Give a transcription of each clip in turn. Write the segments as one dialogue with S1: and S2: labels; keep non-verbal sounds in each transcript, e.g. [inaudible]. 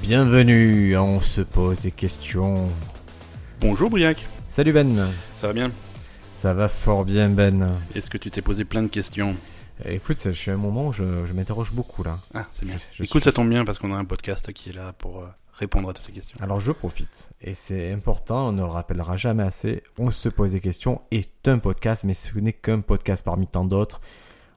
S1: Bienvenue, à on se pose des questions.
S2: Bonjour Briac,
S1: Salut Ben,
S2: ça va bien
S1: ça va fort bien Ben.
S2: Est-ce que tu t'es posé plein de questions
S1: Eh, Écoute, je suis à un moment où je, je m'interroge beaucoup là.
S2: Ah, c'est bien.
S1: Je- je
S2: Écoute,
S1: suis-
S2: ça tombe bien parce qu'on a un podcast qui est là pour euh, répondre à toutes ces questions.
S1: Alors je profite, et c'est important, on ne le rappellera jamais assez, on se pose des questions est un podcast, mais ce n'est qu'un podcast parmi tant d'autres.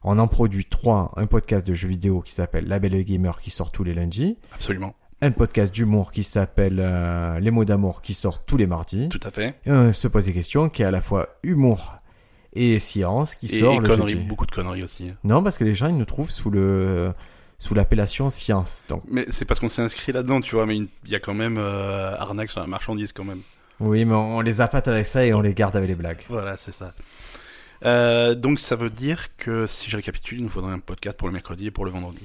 S1: On en produit trois, un podcast de jeux vidéo qui s'appelle La Belle et le Gamer qui sort tous les lundis,
S2: Absolument,
S1: un podcast d'humour qui s'appelle euh, Les mots d'amour qui sort tous les mardis,
S2: tout à fait.
S1: et on Euh, se pose des questions qui est à la fois humour et science qui
S2: Et,
S1: sort
S2: et
S1: le
S2: conneries,
S1: jeudi.
S2: beaucoup de conneries aussi. hein.
S1: Non, parce que les gens ils nous trouvent sous le sous l'appellation science. Donc
S2: Mais c'est parce qu'on s'est inscrit là-dedans, tu vois, mais une- il y a quand même euh, arnaque sur la marchandise quand même.
S1: oui, mais on les appâte avec ça et on les garde avec les blagues.
S2: Voilà, c'est ça. Euh, donc ça veut dire que si je récapitule, il nous faudrait un podcast pour le mercredi et pour le vendredi.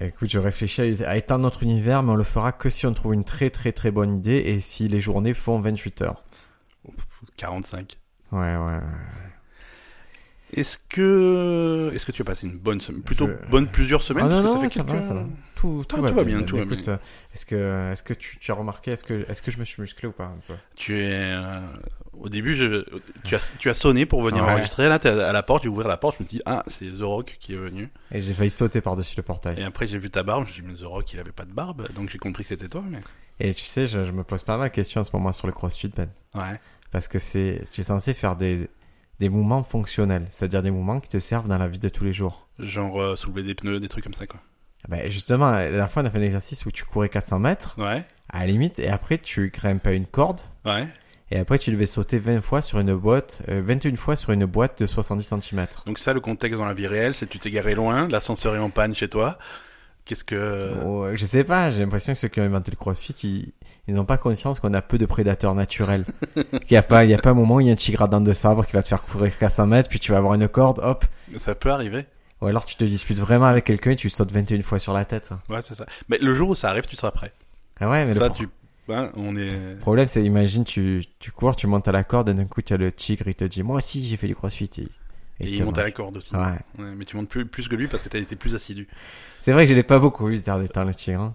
S1: Écoute, je réfléchis à à étendre notre univers, mais on le fera que si on trouve une très très très bonne idée et si les journées font 28 heures.
S2: 45.
S1: Ouais, ouais, ouais.
S2: Est-ce que est-ce que tu as passé une bonne semaine Plutôt
S1: Je-
S2: bonne plusieurs semaines
S1: Ah non,
S2: parce que
S1: non,
S2: ça
S1: ça
S2: fait
S1: va,
S2: quelques...
S1: ça va. Tout,
S2: Ah, tout va bien, tout va
S1: Écoute,
S2: bien.
S1: euh, Est-ce que, est-ce que tu, tu as remarqué, est-ce que, est-ce que je me suis musclé ou pas un peu
S2: Tu es. euh, au début, je, tu, as, tu as sonné pour venir
S1: Ouais.
S2: enregistrer. Là, tu à la porte, j'ai ouvert la porte, je me dis, ah, c'est The Rock qui est venu.
S1: Et j'ai failli sauter par-dessus le portail.
S2: Et après, j'ai vu ta barbe, je me suis dit, mais The Rock, il avait pas de barbe, donc j'ai compris que c'était toi. Mais...
S1: Et tu sais, je, je me pose pas mal de questions en ce moment sur le crossfit, Ben.
S2: Ouais.
S1: Parce que c'est, tu es censé faire des, des mouvements fonctionnels, c'est-à-dire des mouvements qui te servent dans la vie de tous les jours.
S2: Genre euh, soulever des pneus, des trucs comme ça, quoi.
S1: Ben justement, la dernière fois, on a fait un exercice où tu courais 400 mètres,
S2: Ouais,
S1: à la limite, et après, tu grimpes à une corde,
S2: ouais.
S1: et après, tu devais sauter 20 fois sur une boîte, euh, 21 fois sur une boîte de 70 cm.
S2: Donc, ça, le contexte dans la vie réelle, c'est que tu t'es garé loin, l'ascenseur est en panne chez toi. Qu'est-ce que.
S1: Oh, je sais pas, j'ai l'impression que ceux qui ont inventé le crossfit, ils, ils n'ont pas conscience qu'on a peu de prédateurs naturels. Qu'il n'y a, pas- il y a pas un moment où il y a un tigre à dents de sabre qui va te faire courir 400 mètres, puis tu vas avoir une corde, hop.
S2: Ça peut arriver.
S1: Ou alors tu te disputes vraiment avec quelqu'un et tu sautes 21 fois sur la tête. hein.
S2: Ouais, c'est ça. Mais le jour où ça arrive, tu seras prêt.
S1: Ah ouais, mais le
S2: ça,
S1: pro-
S2: tu. Ben, on est.
S1: Le problème, c'est imagine, tu, tu cours, tu montes à la corde et d'un coup, tu as le tigre, il te dit Moi aussi, j'ai fait du crossfit. Et,
S2: Et
S1: il
S2: il
S1: te
S2: monte à
S1: marque.
S2: la corde aussi.
S1: Ouais.
S2: Ouais, mais tu montes plus, plus que lui parce que t'as été plus assidu.
S1: C'est vrai que je l'ai pas beaucoup vu ces derniers temps, le tigre. hein.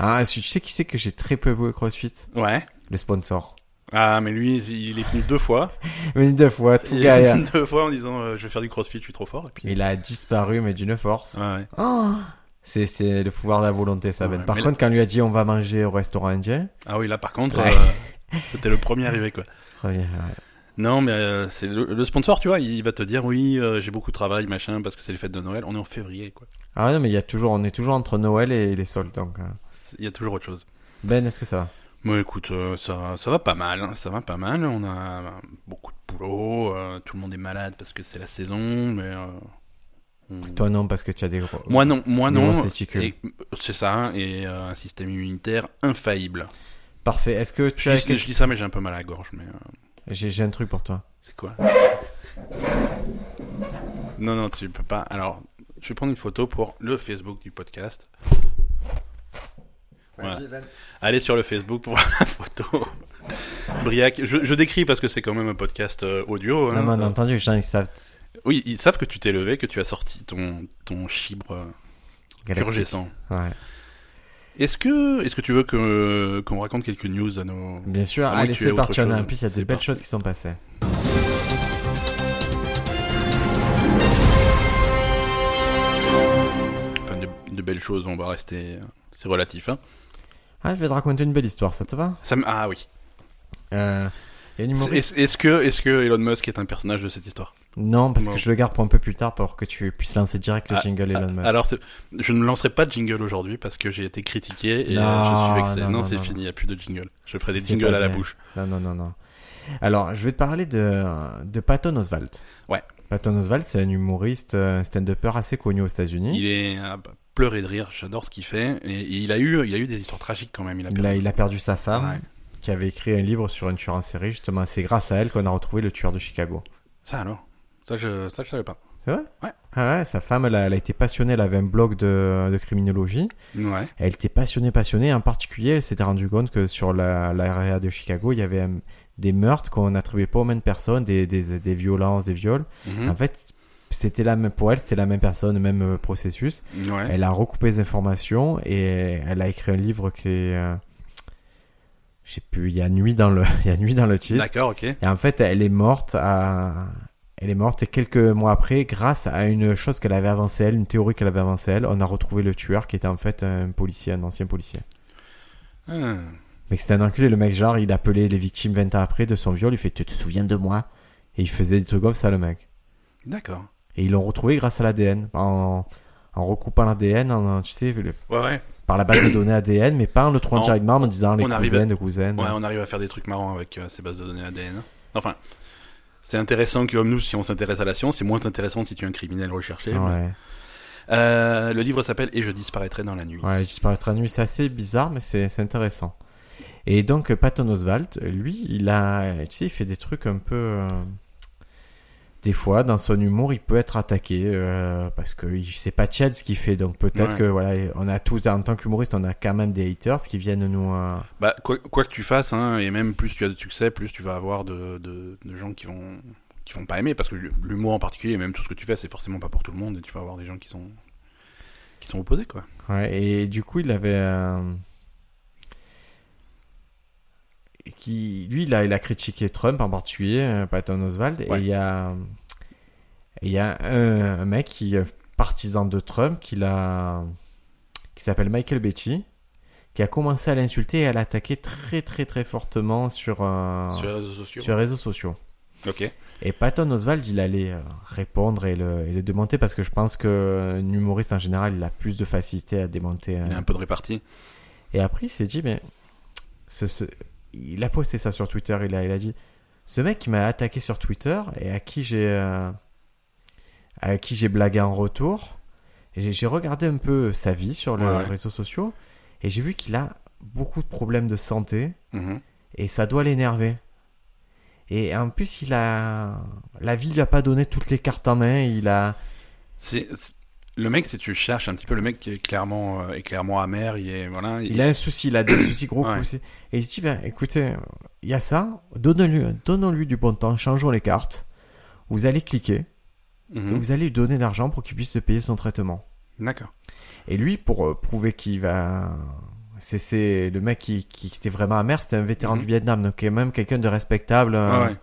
S1: Ah, tu tu sais qui c'est que j'ai très peu vu au crossfit
S2: Ouais.
S1: Le sponsor.
S2: Ah, mais lui, il est venu deux fois.
S1: Venu deux fois, tout
S2: Il est [laughs]
S1: gaillard.
S2: venu deux fois en disant euh, Je vais faire du crossfit, je suis trop fort. Et puis...
S1: Il a disparu, mais d'une force.
S2: Ouais, ouais.
S1: Oh c'est, c'est le pouvoir de la volonté, ça, Ben.
S2: Ah. Ouais,
S1: Par
S2: mais
S1: contre, quand on lui a dit On va manger au restaurant indien,
S2: Ah oui, là par contre,
S1: Ouais.
S2: euh, c'était le premier arrivé quoi.
S1: reviens,
S2: Non, mais euh, c'est le, le sponsor, tu vois, il va te dire Oui, euh, j'ai beaucoup de travail, machin, parce que c'est les fêtes de Noël. On est en février quoi.
S1: Ah non, mais il y a toujours, on est toujours entre Noël et les soldes, donc. hein.
S2: C'est- Il y a toujours autre chose.
S1: Ben, est-ce que ça va
S2: Bon, écoute, euh, ça, ça va pas mal. hein, ça va pas mal. On a euh, beaucoup de boulot. euh, tout le monde est malade parce que c'est la saison. Mais. euh, on-
S1: Toi, non, parce que tu as des gros.
S2: Moi non, moi
S1: Des
S2: non.
S1: grosses testicules.
S2: Et- euh, C'est ça, et euh, un système immunitaire infaillible.
S1: Parfait. Est-ce que tu
S2: Je
S1: as.
S2: dis, je dis ça, mais j'ai un peu mal à la gorge. Mais euh,
S1: J'ai, j'ai un truc pour toi.
S2: c'est quoi Non, non, tu peux pas. Alors, je vais prendre une photo pour le Facebook du podcast. Vas-y, Allez sur le Facebook pour [laughs] voir la photo. Briac, je, je décris parce que c'est quand même un podcast euh, audio. hein.
S1: Non, mais on a entendu, les gens, ils savent.
S2: Oui, ils savent que tu t'es levé, que tu as sorti ton, ton chibre euh, turgescent.
S1: Ouais.
S2: Est-ce que, est que tu veux que- qu'on raconte quelques news à nos.
S1: Bien sûr,
S2: Ah, moi,
S1: allez,
S2: tu
S1: c'est
S2: as
S1: parti,
S2: autre
S1: on a
S2: chose.
S1: un plus, il y a
S2: C'est
S1: des belles
S2: parti.
S1: choses qui sont passées.
S2: Enfin, de, de belles choses, on va rester. euh, C'est relatif. Hein.
S1: Ah, je vais te raconter une belle histoire, ça te va
S2: Ça me- ah oui.
S1: Euh, Il y a une humoriste-
S2: Est-ce est-ce que, est que Elon Musk est un personnage de cette histoire
S1: Non, parce
S2: Bon.
S1: que je le garde pour un peu plus tard pour que tu puisses lancer direct le
S2: Ah,
S1: jingle Elon Musk.
S2: Alors, c'est- je ne lancerai pas de jingle aujourd'hui parce que j'ai été critiqué et
S1: Non,
S2: euh, je suis vexé.
S1: non,
S2: Non,
S1: non,
S2: c'est
S1: non.
S2: fini, il n'y a plus de jingle. Je ferai des
S1: C'est
S2: jingles
S1: pas
S2: à la
S1: bien.
S2: bouche.
S1: Non, non, non, non. Alors, je vais te parler de, de Patton Oswald.
S2: Ouais.
S1: Patton Oswald, c'est un humoriste, euh, un stand-upper assez connu aux États-Unis.
S2: Il est à pleurer de rire, j'adore ce qu'il fait. Et, et il, a eu, il a eu des histoires tragiques quand même. Il a
S1: Il a,
S2: perdu-
S1: il a perdu sa femme,
S2: Ouais.
S1: qui avait écrit un livre sur une tueur en série, justement. C'est grâce à elle qu'on a retrouvé le tueur de Chicago.
S2: Ça alors ça je, ça, je savais pas.
S1: C'est vrai
S2: Ouais.
S1: Ah ouais, sa femme, elle a, elle a été passionnée, elle avait un blog de, de criminologie.
S2: Ouais.
S1: Elle était passionnée, passionnée. En particulier, elle s'était rendue compte que sur la- l'area de Chicago, il y avait euh, des meurtres qu'on n'attribuait pas aux mêmes personnes, des, des, des violences, des viols.
S2: Mhm.
S1: En fait, c'était la même pour elle, c'est la même personne, même euh, processus.
S2: Ouais.
S1: Elle a recoupé les informations et elle a écrit un livre qui est, euh, je sais plus, il y a nuit dans le, [laughs] il y a nuit dans le titre.
S2: D'accord, ok.
S1: Et en fait, elle est morte à, elle est morte et quelques mois après, grâce à une chose qu'elle avait avancée elle, une théorie qu'elle avait avancée elle, on a retrouvé le tueur qui était en fait un policier, un ancien policier.
S2: Ah.
S1: Mais que c'était un enculé, le mec, genre, il appelait les victimes 20 ans après de son viol, il fait Tu te souviens de moi Et il faisait des trucs comme ça, le mec.
S2: D'accord.
S1: Et ils l'ont retrouvé grâce à l'ADN, en, en recoupant l'ADN, en- tu sais, le-
S2: Ouais, ouais.
S1: par la base de données ADN, mais pas en le trouvant
S2: Non.
S1: directement en disant les
S2: On arrive à-
S1: cousins, les cousins.
S2: Ouais, on arrive à faire des trucs marrants avec euh, ces bases de données ADN. Enfin, c'est intéressant que, comme nous, si on s'intéresse à la science, c'est moins intéressant si tu es un criminel recherché.
S1: Ouais,
S2: Euh, le livre s'appelle Et je disparaîtrai dans la nuit.
S1: ouais disparaître à nuit, c'est assez bizarre, mais c'est c'est intéressant. Et donc, Patton Oswald, lui, il a, tu sais, il fait des trucs un peu. euh, Des fois, dans son humour, il peut être attaqué euh, parce que il- c'est pas Chad ce qu'il fait. Donc peut-être
S2: Ouais.
S1: que voilà, on a tous, en tant qu'humoriste, on a quand même des haters qui viennent nous. euh,
S2: Bah, quoi, quoi que tu fasses, hein, et même plus tu as de succès, plus tu vas avoir de, de, de gens qui vont qui vont pas aimer, parce que l'humour en particulier, et même tout ce que tu fais, c'est forcément pas pour tout le monde, et tu vas avoir des gens qui sont qui sont opposés, quoi.
S1: Ouais, et du coup, il avait. euh, Qui, lui, il a, il a critiqué Trump en particulier, euh, Patton Oswald,
S2: Ouais.
S1: et il y a, euh, il y a un, un mec qui est partisan de Trump qui l'a- qui s'appelle Michael Beatty, qui a commencé à l'insulter et à l'attaquer très très très fortement sur, euh,
S2: Sur les réseaux sociaux.
S1: sur les réseaux sociaux.
S2: Ok.
S1: Et Patton Oswald, il allait euh, répondre et le, et le démonter parce que je pense qu'un humoriste en général, il a plus de facilité à démonter euh,
S2: Il
S1: un-
S2: a un peu de répartie.
S1: et après, il s'est dit, mais. ce- ce- Il a posté ça sur Twitter, il a, il a dit Ce mec qui m'a attaqué sur Twitter et à qui j'ai. euh, à qui j'ai blagué en retour, et j'ai- j'ai regardé un peu sa vie sur les
S2: Ouais, ouais.
S1: réseaux sociaux et j'ai vu qu'il a beaucoup de problèmes de santé
S2: Mhm.
S1: et ça doit l'énerver. Et en plus, il a. La vie lui a pas donné toutes les cartes en main, il a.
S2: C'est c'est- le mec, si tu cherches un petit peu, le mec qui est clairement euh, est clairement amer, il est voilà.
S1: Il a un souci, il a des soucis gros
S2: Ouais.
S1: coups. Et il se dit, ben, écoutez, il y a ça, donnons-lui donnons-lui du bon temps, changeons les cartes. Vous allez cliquer, et
S2: Mhm.
S1: vous allez lui donner de l'argent pour qu'il puisse se payer son traitement.
S2: D'accord.
S1: Et lui, pour euh, prouver qu'il va... C'est- C'est le mec qui, qui était vraiment amer, c'était un vétéran
S2: Mhm.
S1: du Vietnam, donc est même quelqu'un de respectable.
S2: Ouais,
S1: euh.
S2: ouais.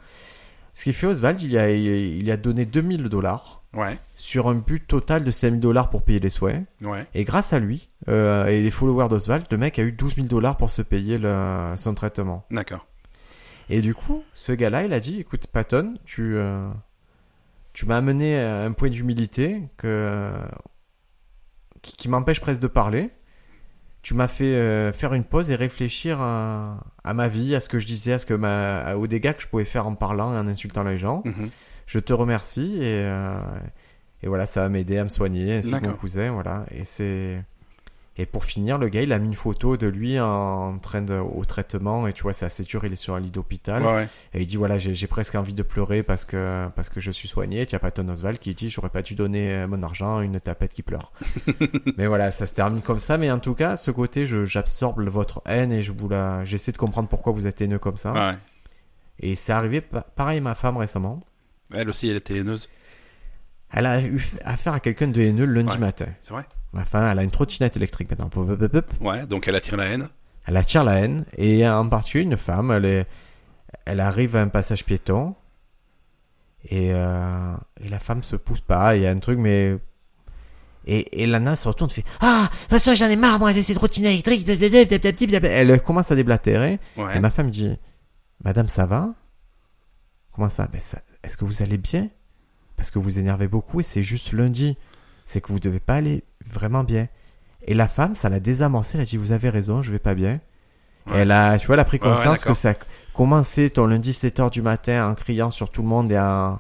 S1: Ce qu'il fait, Oswald, il y a, il y a donné 2000 dollars
S2: Ouais.
S1: sur un but total de 5000 dollars pour payer les soins.
S2: Ouais.
S1: Et grâce à lui euh, et les followers d'Oswald, le mec a eu 12 000 dollars pour se payer le- son traitement.
S2: D'accord.
S1: Et du coup, ce gars-là, il a dit, écoute, Patton, tu, euh, tu m'as amené à un point d'humilité que, qui, qui m'empêche presque de parler. Tu m'as fait euh, faire une pause et réfléchir à, à ma vie, à ce que je disais, à ce que ma, à- aux dégâts que je pouvais faire en parlant et en insultant les gens.
S2: Mhm.
S1: Je te remercie et, euh, et voilà, ça va m'aider à me soigner, ainsi que mon
S2: D'accord.
S1: cousin, voilà. Et c'est... Et pour finir, le gars, il a mis une photo de lui en train de, au traitement, et tu vois, c'est assez dur, il est sur un lit d'hôpital.
S2: Ouais, ouais.
S1: Et il dit voilà, j'ai j'ai presque envie de pleurer parce que, parce que je suis soigné. Et Il y a Patton Oswald qui dit j'aurais pas dû donner euh, mon argent à une tapette qui
S2: [laughs]
S1: pleure. mais voilà, ça se termine comme ça. Mais en tout cas, ce côté, je- j'absorbe votre haine et je vous la- j'essaie de comprendre pourquoi vous êtes haineux comme ça.
S2: Ouais.
S1: Et c'est arrivé pa- pareil à ma femme récemment.
S2: Elle aussi, elle était haineuse.
S1: Elle a eu f- affaire à quelqu'un de haineux le lundi
S2: Ouais.
S1: matin.
S2: C'est vrai.
S1: Ma femme, elle a une trottinette électrique maintenant. Pop, pop, pop, pop.
S2: Ouais. Donc elle attire la haine.
S1: Elle attire la haine et en particulier une femme, elle, est- elle arrive à un passage piéton et, euh, et la femme se pousse pas, il y a un truc mais... Et, et Lana se retourne fait « Ah, de toute façon j'en ai marre moi de ces trottinettes électriques blablabla, blablabla, blablabla. Elle commence à déblatérer
S2: Ouais.
S1: et ma femme dit « Madame ça va ?»« Comment ça, Ben, ça Est-ce que vous allez bien ?»« Parce que vous énervez beaucoup et c'est juste lundi, c'est que vous devez pas aller vraiment bien. » Et la femme, ça l'a désamorcé, elle a dit « Vous avez raison, je vais pas bien. »
S2: Ouais.
S1: Elle a, tu vois, elle a pris
S2: Ouais, ouais,
S1: conscience que
S2: d'accord.
S1: ça commençait ton lundi 7h du matin en criant sur tout le monde et en...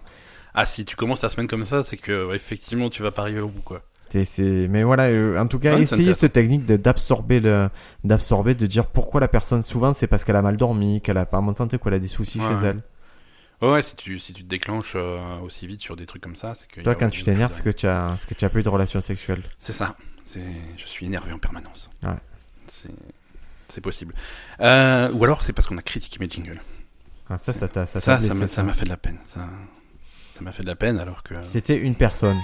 S2: Ah, si tu commences ta semaine comme ça, c'est que ouais, effectivement tu vas pas arriver au bout, quoi.
S1: t'es- c'est- Mais voilà, euh, en tout cas,
S2: Ouais, c'est
S1: essayez
S2: intéressant.
S1: cette technique de- d'absorber, le, d'absorber, de dire pourquoi la personne, souvent, c'est parce qu'elle a mal dormi, qu'elle a pas en bonne santé, qu'elle a des soucis
S2: Ouais,
S1: chez
S2: ouais.
S1: elle.
S2: Ouais, ouais, si tu si tu te déclenches euh, aussi vite sur des trucs comme ça, c'est que
S1: Toi,
S2: y a-
S1: quand tu
S2: y a plus
S1: t'énerves,
S2: de-
S1: c'est que tu as, c'est que tu as plus de relations sexuelles.
S2: C'est ça. C'est je suis énervé en permanence.
S1: Ouais.
S2: C'est c'est possible. Euh, ou alors c'est parce qu'on a critiqué mes jingles.
S1: Ah, ça, ça t'a, ça t'a
S2: Ça, ça
S1: blessé,
S2: m'a
S1: ça.
S2: ça m'a fait de la peine. Ça, ça ça m'a fait de la peine alors que.
S1: C'était une personne.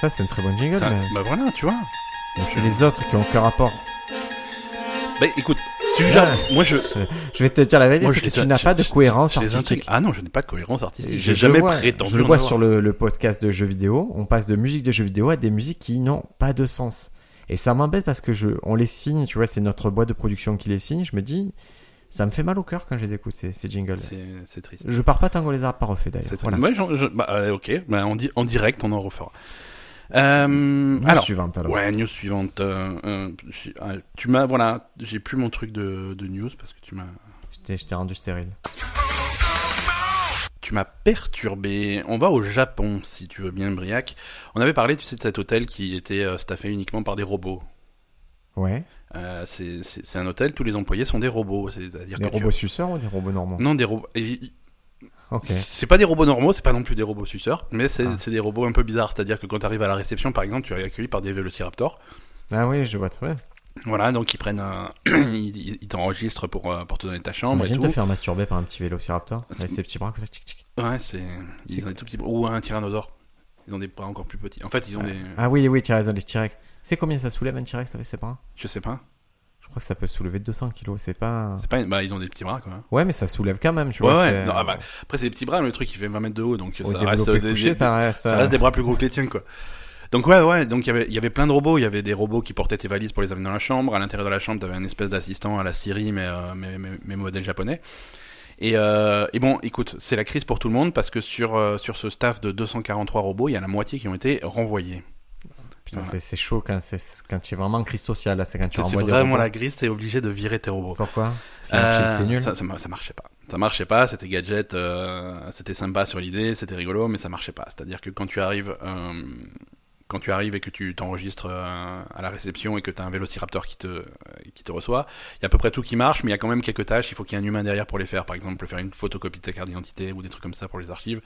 S1: Ça, c'est une très bonne jingle,
S2: ça-
S1: mais,
S2: Bah voilà, tu vois.
S1: mais c'est les autres qui ont aucun rapport.
S2: Bah écoute, suggère- moi je,
S1: Je vais te dire la vérité,
S2: Moi,
S1: c'est
S2: je
S1: que
S2: les
S1: tu
S2: a-
S1: n'as
S2: je-
S1: pas de
S2: je-
S1: cohérence
S2: je les intrigue.
S1: artistique.
S2: Ah non, je n'ai pas de cohérence artistique.
S1: Et
S2: J'ai
S1: je
S2: jamais
S1: le vois,
S2: prétendu.
S1: Je le vois
S2: en
S1: sur
S2: avoir.
S1: le, le podcast de jeux vidéo. On passe de musique de jeux vidéo à des musiques qui n'ont pas de sens. Et ça m'embête parce que je, on les signe, tu vois, c'est notre boîte de production qui les signe. Je me dis, ça me fait mal au cœur quand je les écoute, ces, ces jingles.
S2: C'est- C'est triste.
S1: Je pars pas tant qu'on les a pas refait d'ailleurs.
S2: C'est
S1: Voilà.
S2: Ouais, j'en- je- bah, euh, ok, bah, on dit en direct, on en refera. Euh,
S1: News
S2: alors,
S1: suivante alors.
S2: ouais, news suivante. euh, euh, j'ai- ah, tu m'as, voilà, j'ai plus mon truc de, de news parce que tu m'as,
S1: Je t'ai- je t'ai rendu stérile.
S2: tu m'as perturbé. On va au Japon, si tu veux bien, Briac. On avait parlé, tu sais, de cet hôtel qui était euh, staffé uniquement par des robots.
S1: Ouais.
S2: Euh, c'est- c'est c'est un hôtel, tous les employés sont des robots, c'est-à-dire
S1: Des
S2: que tu-
S1: robots suceurs ou des robots normaux
S2: Non, des robots. et-
S1: Ok.
S2: C'est pas des robots normaux, c'est pas non plus des robots suceurs, mais c'est
S1: Ah.
S2: c'est des robots un peu bizarres. C'est-à-dire que quand tu arrives à la réception, par exemple, tu es accueilli par des vélociraptors.
S1: Ah oui, je vois très bien.
S2: Voilà, donc ils prennent un... [clears throat] ils, ils- ils t'enregistrent pour, euh, pour te donner ta chambre
S1: Imagine
S2: et
S1: te
S2: tout.
S1: faire masturber par un petit vélociraptor
S2: C'est-
S1: avec ses petits bras. comme ça, tic, tic.
S2: Ouais, c'est.
S1: C'est
S2: Ils ont des tout petits. Ou un tyrannosaure. Ils ont des bras encore plus petits. En fait, ils ont des.
S1: Ah oui, oui, tu as raison, les T-Rex. C'est combien ça soulève un T-Rex avec ses bras
S2: Je sais pas.
S1: Je crois que ça peut soulever 200 kilos, c'est pas.
S2: C'est pas. Bah, ils ont des petits bras, quoi.
S1: Ouais, mais ça soulève quand même, tu
S2: Ouais,
S1: vois.
S2: ouais.
S1: c'est-
S2: Non, ah bah, Après, c'est des petits bras, mais le truc, il fait 20 mètres de haut, donc
S1: Au
S2: ça reste
S1: développé
S2: des-
S1: couché,
S2: des-
S1: ça reste.
S2: Ça
S1: euh,
S2: reste des bras plus gros que les tiens, quoi. Donc ouais, ouais, donc il y avait- il y avait plein de robots, il y avait des robots qui portaient tes valises pour les amener dans la chambre, à l'intérieur de la chambre, t'avais un espèce d'assistant à la Siri, mais, euh, mais, mais, mais modèle japonais. Et, euh, et bon, écoute, c'est la crise pour tout le monde, parce que sur, euh, sur ce staff de 243 robots, il y a la moitié qui ont été renvoyés.
S1: Putain,
S2: Voilà.
S1: c'est- c'est chaud quand, c'est- quand tu es vraiment en crise sociale, là. C'est quand tu
S2: C'est
S1: renvoies des
S2: vraiment
S1: robots.
S2: la crise, t'es obligé de virer tes robots.
S1: Pourquoi C'est
S2: Euh,
S1: marché, C'était nul.
S2: Ça, ça, mar- ça marchait pas. Ça marchait pas, c'était gadget, euh, c'était sympa sur l'idée, c'était rigolo, mais ça marchait pas. C'est-à-dire que quand tu arrives, euh, quand tu arrives et que tu t'enregistres euh, à la réception et que tu as un vélociraptor qui te, euh, qui te reçoit, il y a à peu près tout qui marche, mais il y a quand même quelques tâches, il faut qu'il y ait un humain derrière pour les faire. Par exemple, faire une photocopie de ta carte d'identité ou des trucs comme ça pour les archives.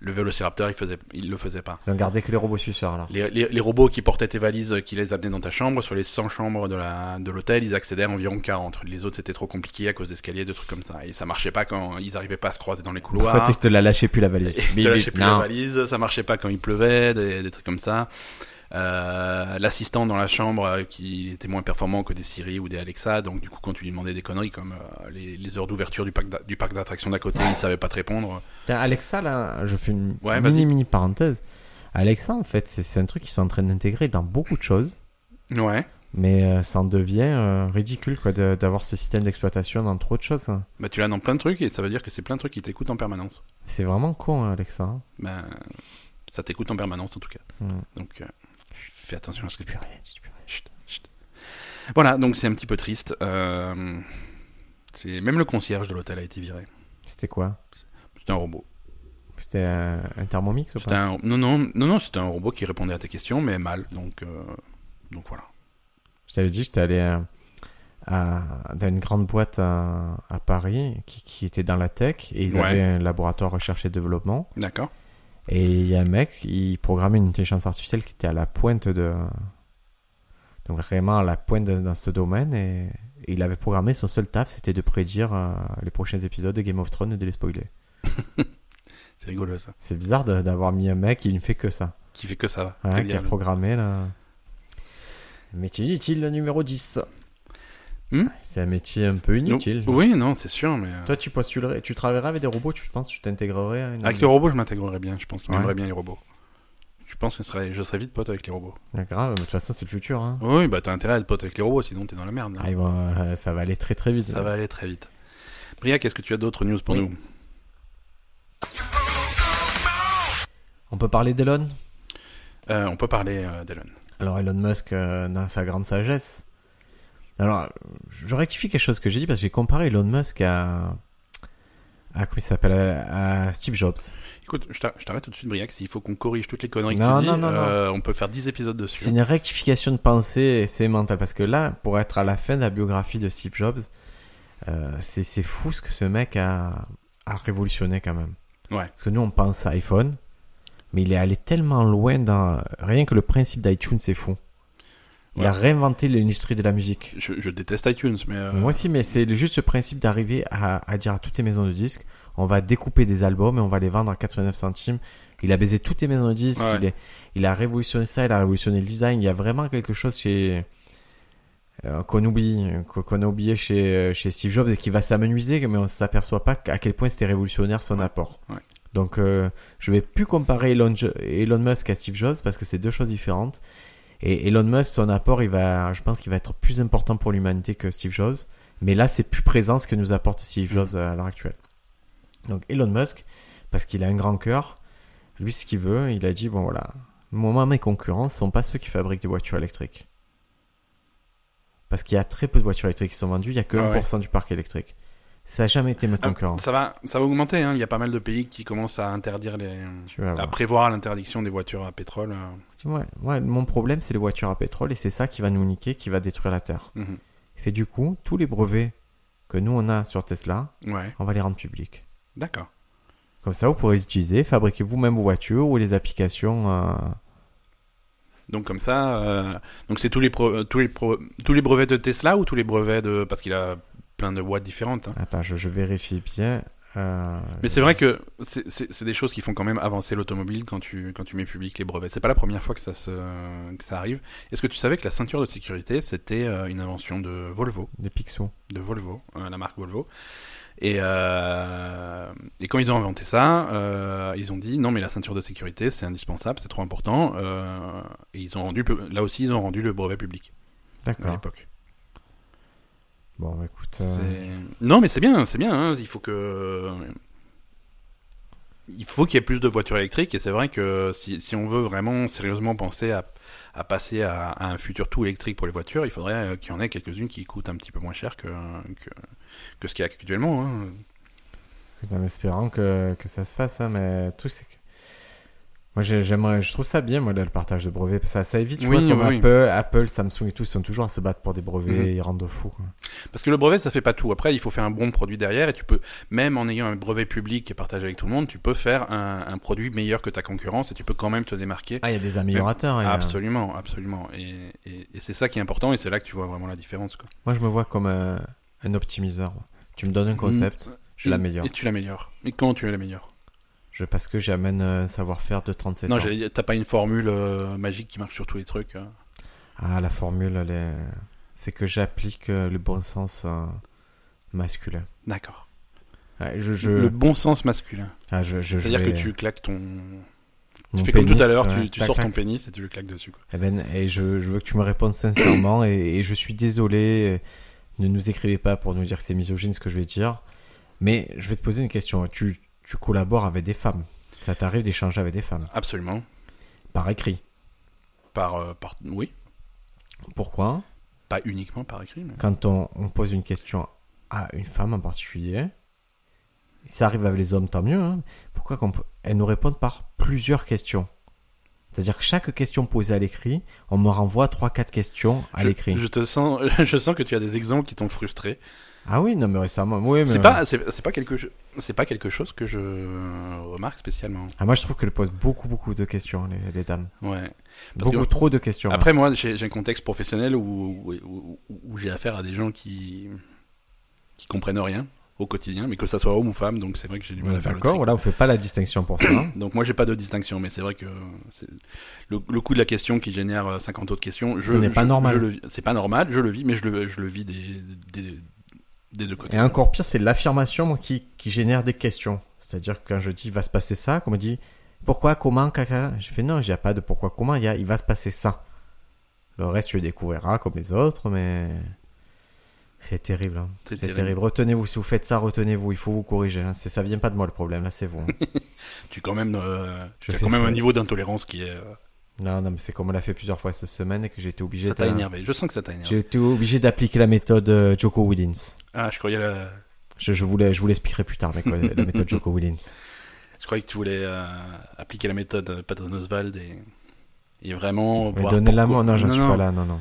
S2: Le vélociraptor, il, faisait, il le faisait pas.
S1: Ils ont gardé que les robots suceurs, là.
S2: Les, les- les robots qui portaient tes valises, euh, qui les amenaient dans ta chambre, sur les 100 chambres de la de l'hôtel, ils accédèrent environ 40. Les autres, c'était trop compliqué à cause d'escaliers, de trucs comme ça. Et ça marchait pas quand ils arrivaient pas à se croiser dans les
S1: Pourquoi
S2: couloirs. [laughs]
S1: tu te la lâchais plus la
S2: Ils
S1: valise
S2: te
S1: Bip, bip.
S2: lâchaient plus la
S1: Non.
S2: valise, ça marchait pas quand il pleuvait, des, des trucs comme ça. Euh, L'assistant dans la chambre euh, qui était moins performant que des Siri ou des Alexa, donc du coup quand tu lui demandais des conneries comme euh, les, les heures d'ouverture du parc d'a- du parc d'attractions d'à côté, il savait pas te répondre.
S1: Tiens, Alexa, là, je fais une
S2: Ouais, vas-y.
S1: mini, mini parenthèse. Alexa, en fait, c'est- c'est un truc qu'ils sont en train d'intégrer dans beaucoup de choses.
S2: Ouais.
S1: Mais euh, ça en devient euh, ridicule, quoi, de- d'avoir ce système d'exploitation dans trop de choses. hein.
S2: Bah tu l'as dans plein de trucs et ça veut dire que c'est plein de trucs qui t'écoutent en permanence.
S1: C'est vraiment con, hein, Alexa. hein.
S2: ben, ça t'écoute en permanence en tout cas.
S1: Mm.
S2: Donc euh, fais attention à ce que tu
S1: Plus rien, je dis plus rien.
S2: Chut, chut. Voilà, donc c'est un petit peu triste. Euh, c'est même le concierge de l'hôtel a été viré.
S1: C'était quoi
S2: C'était un robot.
S1: C'était un, un thermomix ou
S2: C'était
S1: pas
S2: un... Non, non, non, non, c'était un robot qui répondait à tes questions, mais mal. Donc, euh, donc voilà.
S1: Je t'avais dit, j'étais allé euh, à, dans une grande boîte à, à Paris qui, qui était dans la tech et ils
S2: Ouais.
S1: avaient un laboratoire recherche et développement.
S2: D'accord.
S1: Et il y a un mec, il programmait une intelligence artificielle qui était à la pointe de. Donc vraiment à la pointe de- dans ce domaine et, et il avait programmé son seul taf, c'était de prédire euh, les prochains épisodes de Game of Thrones et de les spoiler.
S2: C'est rigolo ça.
S1: C'est bizarre de- d'avoir mis un mec qui ne fait que ça,
S2: Qui fait que ça.
S1: hein,
S2: Très
S1: qui a
S2: bien.
S1: programmé là. Métier inutile, le numéro 10.
S2: Hmm
S1: C'est un métier un peu
S2: Non.
S1: inutile.
S2: Oui, non, c'est sûr, mais. euh,
S1: Toi, tu postulerais, tu travaillerais avec des robots, tu penses, tu t'intégrerais à une...
S2: Avec les robots, je m'intégrerais bien. Je pense qu'il
S1: Ouais.
S2: aimerait bien les robots. Je pense que je serais, je serais vite pote avec les robots.
S1: Ah, grave, mais de toute façon, c'est le futur. Hein.
S2: Oui, bah t'as intérêt à être pote avec les robots, sinon t'es dans la merde. là.
S1: Ah, ils vont, euh, ça va aller très très vite.
S2: Ça va aller très vite. Briac, est-ce que tu as d'autres news pour
S1: Oui.
S2: nous
S1: On peut parler d'Elon
S2: Euh, On peut parler euh, d'Elon.
S1: Alors, Elon Musk, euh, dans sa grande sagesse... Alors, je rectifie quelque chose que j'ai dit, parce que j'ai comparé Elon Musk à... à comment il s'appelle À Steve Jobs.
S2: Écoute, je t'ar- je t'arrête tout de suite, Briac. S'il faut qu'on corrige toutes les conneries
S1: Non,
S2: que tu
S1: non,
S2: dis,
S1: non, non.
S2: euh, on peut faire 10 épisodes dessus.
S1: C'est une rectification de pensée et c'est mental. Parce que là, pour être à la fin de la biographie de Steve Jobs, euh, c'est c'est fou ce que ce mec a, a révolutionné quand même.
S2: Ouais.
S1: Parce que nous, on pense à iPhone, mais il est allé tellement loin dans. Rien que le principe d'iTunes, c'est fou. Il
S2: Ouais.
S1: a réinventé l'industrie de la musique.
S2: Je, je déteste iTunes, mais... euh,
S1: Moi aussi, mais c'est juste ce principe d'arriver à, à dire à toutes les maisons de disques on va découper des albums et on va les vendre à 89 centimes. Il a baisé toutes les maisons de disques,
S2: Ouais.
S1: il, est- il a révolutionné ça, il a révolutionné le design. Il y a vraiment quelque chose chez euh, qu'on oublie, qu'on- qu'on a oublié chez, euh, chez Steve Jobs et qui va s'amenuiser, mais on s'aperçoit pas à quel point c'était révolutionnaire son apport.
S2: Ouais.
S1: Donc euh, je vais plus comparer Elon, Jo- Elon Musk à Steve Jobs parce que c'est deux choses différentes. Et Elon Musk, son apport, il va, je pense qu'il va être plus important pour l'humanité que Steve Jobs. Mais là, c'est plus présent ce que nous apporte Steve Jobs
S2: Mhm.
S1: à l'heure actuelle. Donc Elon Musk, parce qu'il a un grand cœur, lui, ce qu'il veut, il a dit, bon voilà, moi, mes concurrents sont pas ceux qui fabriquent des voitures électriques. Parce qu'il y a très peu de voitures électriques qui sont vendues, il y a que
S2: Ah ouais.
S1: 1% du parc électrique. Ça n'a jamais été mes
S2: Ah,
S1: concurrents.
S2: ça, va, ça va augmenter, hein. il y a pas mal de pays qui commencent à interdire les...
S1: Tu vas
S2: à
S1: voir.
S2: prévoir l'interdiction des voitures à pétrole. euh.
S1: Ouais, ouais, mon problème, c'est les voitures à pétrole et c'est ça qui va nous niquer, qui va détruire la Terre.
S2: Mhm.
S1: Et du coup, tous les brevets que nous, on a sur Tesla,
S2: Ouais,
S1: on va les rendre publics.
S2: d'accord.
S1: Comme ça, vous pourrez les utiliser, fabriquer vous-même vos voitures ou les applications. euh,
S2: Donc comme ça, euh, donc c'est tous les pro- tous les pro- tous les brevets de Tesla ou tous les brevets de parce qu'il a plein de boîtes différentes. hein.
S1: Attends, je, je vérifie bien. euh,
S2: Mais c'est vrai que c'est- c'est c'est des choses qui font quand même avancer l'automobile quand tu quand tu mets public les brevets. C'est pas la première fois que ça se que ça arrive. Est-ce que tu savais que la ceinture de sécurité c'était euh, une invention de Volvo,
S1: Des pixels.
S2: de Volvo, euh, la marque Volvo. Et, euh, et quand ils ont inventé ça, euh, ils ont dit non mais la ceinture de sécurité c'est indispensable, c'est trop important. euh, et ils ont rendu pu- là aussi ils ont rendu le brevet public à
S1: D'accord.
S2: l'époque.
S1: Bon, bah, écoute. euh,
S2: C'est- Non, mais c'est bien, c'est bien. hein. Il faut que. Il faut qu'il y ait plus de voitures électriques et c'est vrai que si, si on veut vraiment sérieusement penser à, à passer à, à un futur tout électrique pour les voitures, il faudrait euh, qu'il y en ait quelques-unes qui coûtent un petit peu moins cher que, que, que ce qu'il y a actuellement. hein.
S1: écoute, En espérant que, que ça se fasse, hein, mais le truc, c'est que. Moi, j'ai- j'aimerais, je trouve ça bien, moi, là, le partage de brevets. Ça, ça évite, tu
S2: Oui,
S1: vois, comme
S2: oui, oui.
S1: Apple, Apple, Samsung et tout, ils sont toujours à se battre pour des brevets,
S2: Mhm.
S1: ils rendent fou. quoi.
S2: Parce que le brevet, ça fait pas tout. Après, il faut faire un bon produit derrière et tu peux, même en ayant un brevet public et partagé avec tout le monde, tu peux faire un, un produit meilleur que ta concurrence et tu peux quand même te démarquer
S1: Ah, il y a des améliorateurs. il y a-
S2: Absolument, absolument. Et, et- et c'est ça qui est important et c'est là que tu vois vraiment la différence. Quoi.
S1: Moi, je me vois comme un, un optimiseur. Tu me donnes un concept, je
S2: Et-
S1: l'améliore.
S2: Mm. Et tu l'améliores. Et comment tu l'améliores
S1: Je, parce que j'amène euh, un savoir-faire de 37
S2: Non,
S1: ans.
S2: j'allais dire, t'as pas une formule euh, magique qui marche sur tous les trucs. euh.
S1: Ah, la formule, elle est- c'est que j'applique euh, le bon sens euh, masculin.
S2: D'accord.
S1: Ouais, je, je...
S2: Le bon sens masculin.
S1: Ah, je, je- je
S2: C'est-à-dire
S1: vais-
S2: que tu claques ton.
S1: mon
S2: tu fais comme
S1: pénis,
S2: tout à l'heure,
S1: ouais,
S2: tu, tu
S1: tac,
S2: sors
S1: tac.
S2: ton pénis et tu le claques dessus. Quoi.
S1: Eh ben, et je, je veux que tu me répondes [coughs] sincèrement et, et je suis désolé. euh, Ne nous écrivez pas pour nous dire que c'est misogyne ce que je vais dire. Mais je vais te poser une question. Tu, tu collabores avec des femmes. Ça t'arrive d'échanger avec des femmes
S2: Absolument.
S1: par écrit.
S2: Par, euh, par... Oui,
S1: Pourquoi
S2: pas uniquement par écrit. Mais...
S1: Quand on, on pose une question à une femme en particulier, ça arrive avec les hommes, tant mieux. hein. Pourquoi qu'on peut- elles nous répondent par plusieurs questions C'est-à-dire que chaque question posée à l'écrit, on me renvoie 3-4 questions à
S2: Je-
S1: l'écrit.
S2: Je, te sens, [laughs] je sens que tu as des exemples qui t'ont frustré.
S1: Ah oui, non, mais récemment. Oui, mais...
S2: C'est pas, c'est c'est pas quelque, cho- c'est pas quelque chose que je euh, remarque spécialement.
S1: Ah, moi, je trouve qu'elle pose beaucoup, beaucoup de questions, les, les dames.
S2: Ouais. Parce que-
S1: beaucoup trop de questions.
S2: Après, moi, j'ai j'ai un contexte professionnel où, où- où- où j'ai affaire à des gens qui, qui comprennent rien au quotidien, mais que ça soit homme ou femme, donc c'est vrai que j'ai du mal à faire le
S1: D'accord,
S2: tri.
S1: voilà, on fait pas la distinction pour ça. hein.
S2: Donc moi, j'ai pas de distinction, mais c'est vrai que c'est- le, le coût de la question qui génère euh, 50 autres questions, je,
S1: Ce n'est pas
S2: je-
S1: normal.
S2: je le vis- C'est pas normal, je le vis, mais je le, je le vis des, des, des deux côtés.
S1: Et encore pire, c'est l'affirmation moi, qui, qui génère des questions. C'est-à-dire que quand je dis va se passer ça, qu'on me dit pourquoi, comment, caca. J'ai fait non, il n'y a pas de pourquoi, comment, il y a il va se passer ça. Le reste, tu le découvriras comme les autres, mais. C'est terrible. hein.
S2: C'est
S1: C'est
S2: terrible.
S1: terrible. Retenez-vous, si vous faites ça, retenez-vous, il faut vous corriger. hein. C'est- Ça vient pas de moi le problème, là, c'est vous. hein.
S2: [laughs] Tu as quand même, euh,
S1: Je
S2: tu as
S1: fais
S2: quand même
S1: exprès.
S2: un niveau d'intolérance qui est. euh,
S1: non, non, mais c'est comme on l'a fait plusieurs fois cette semaine et que j'ai été obligé
S2: ça t'a
S1: de-
S2: énervé. hein. Je sens que ça t'a énervé.
S1: J'ai été obligé d'appliquer la méthode euh, Joko Willins.
S2: Ah, je croyais, la-
S1: Je, je, vous la- je vous l'expliquerai plus tard, mec, ouais, la méthode Joko Willins.
S2: je croyais que tu voulais euh, appliquer la méthode euh, Patton Oswald et, et vraiment
S1: Mais
S2: voir.
S1: donnez
S2: pourquoi-
S1: l'amour, non, j'en suis pas là, non, non.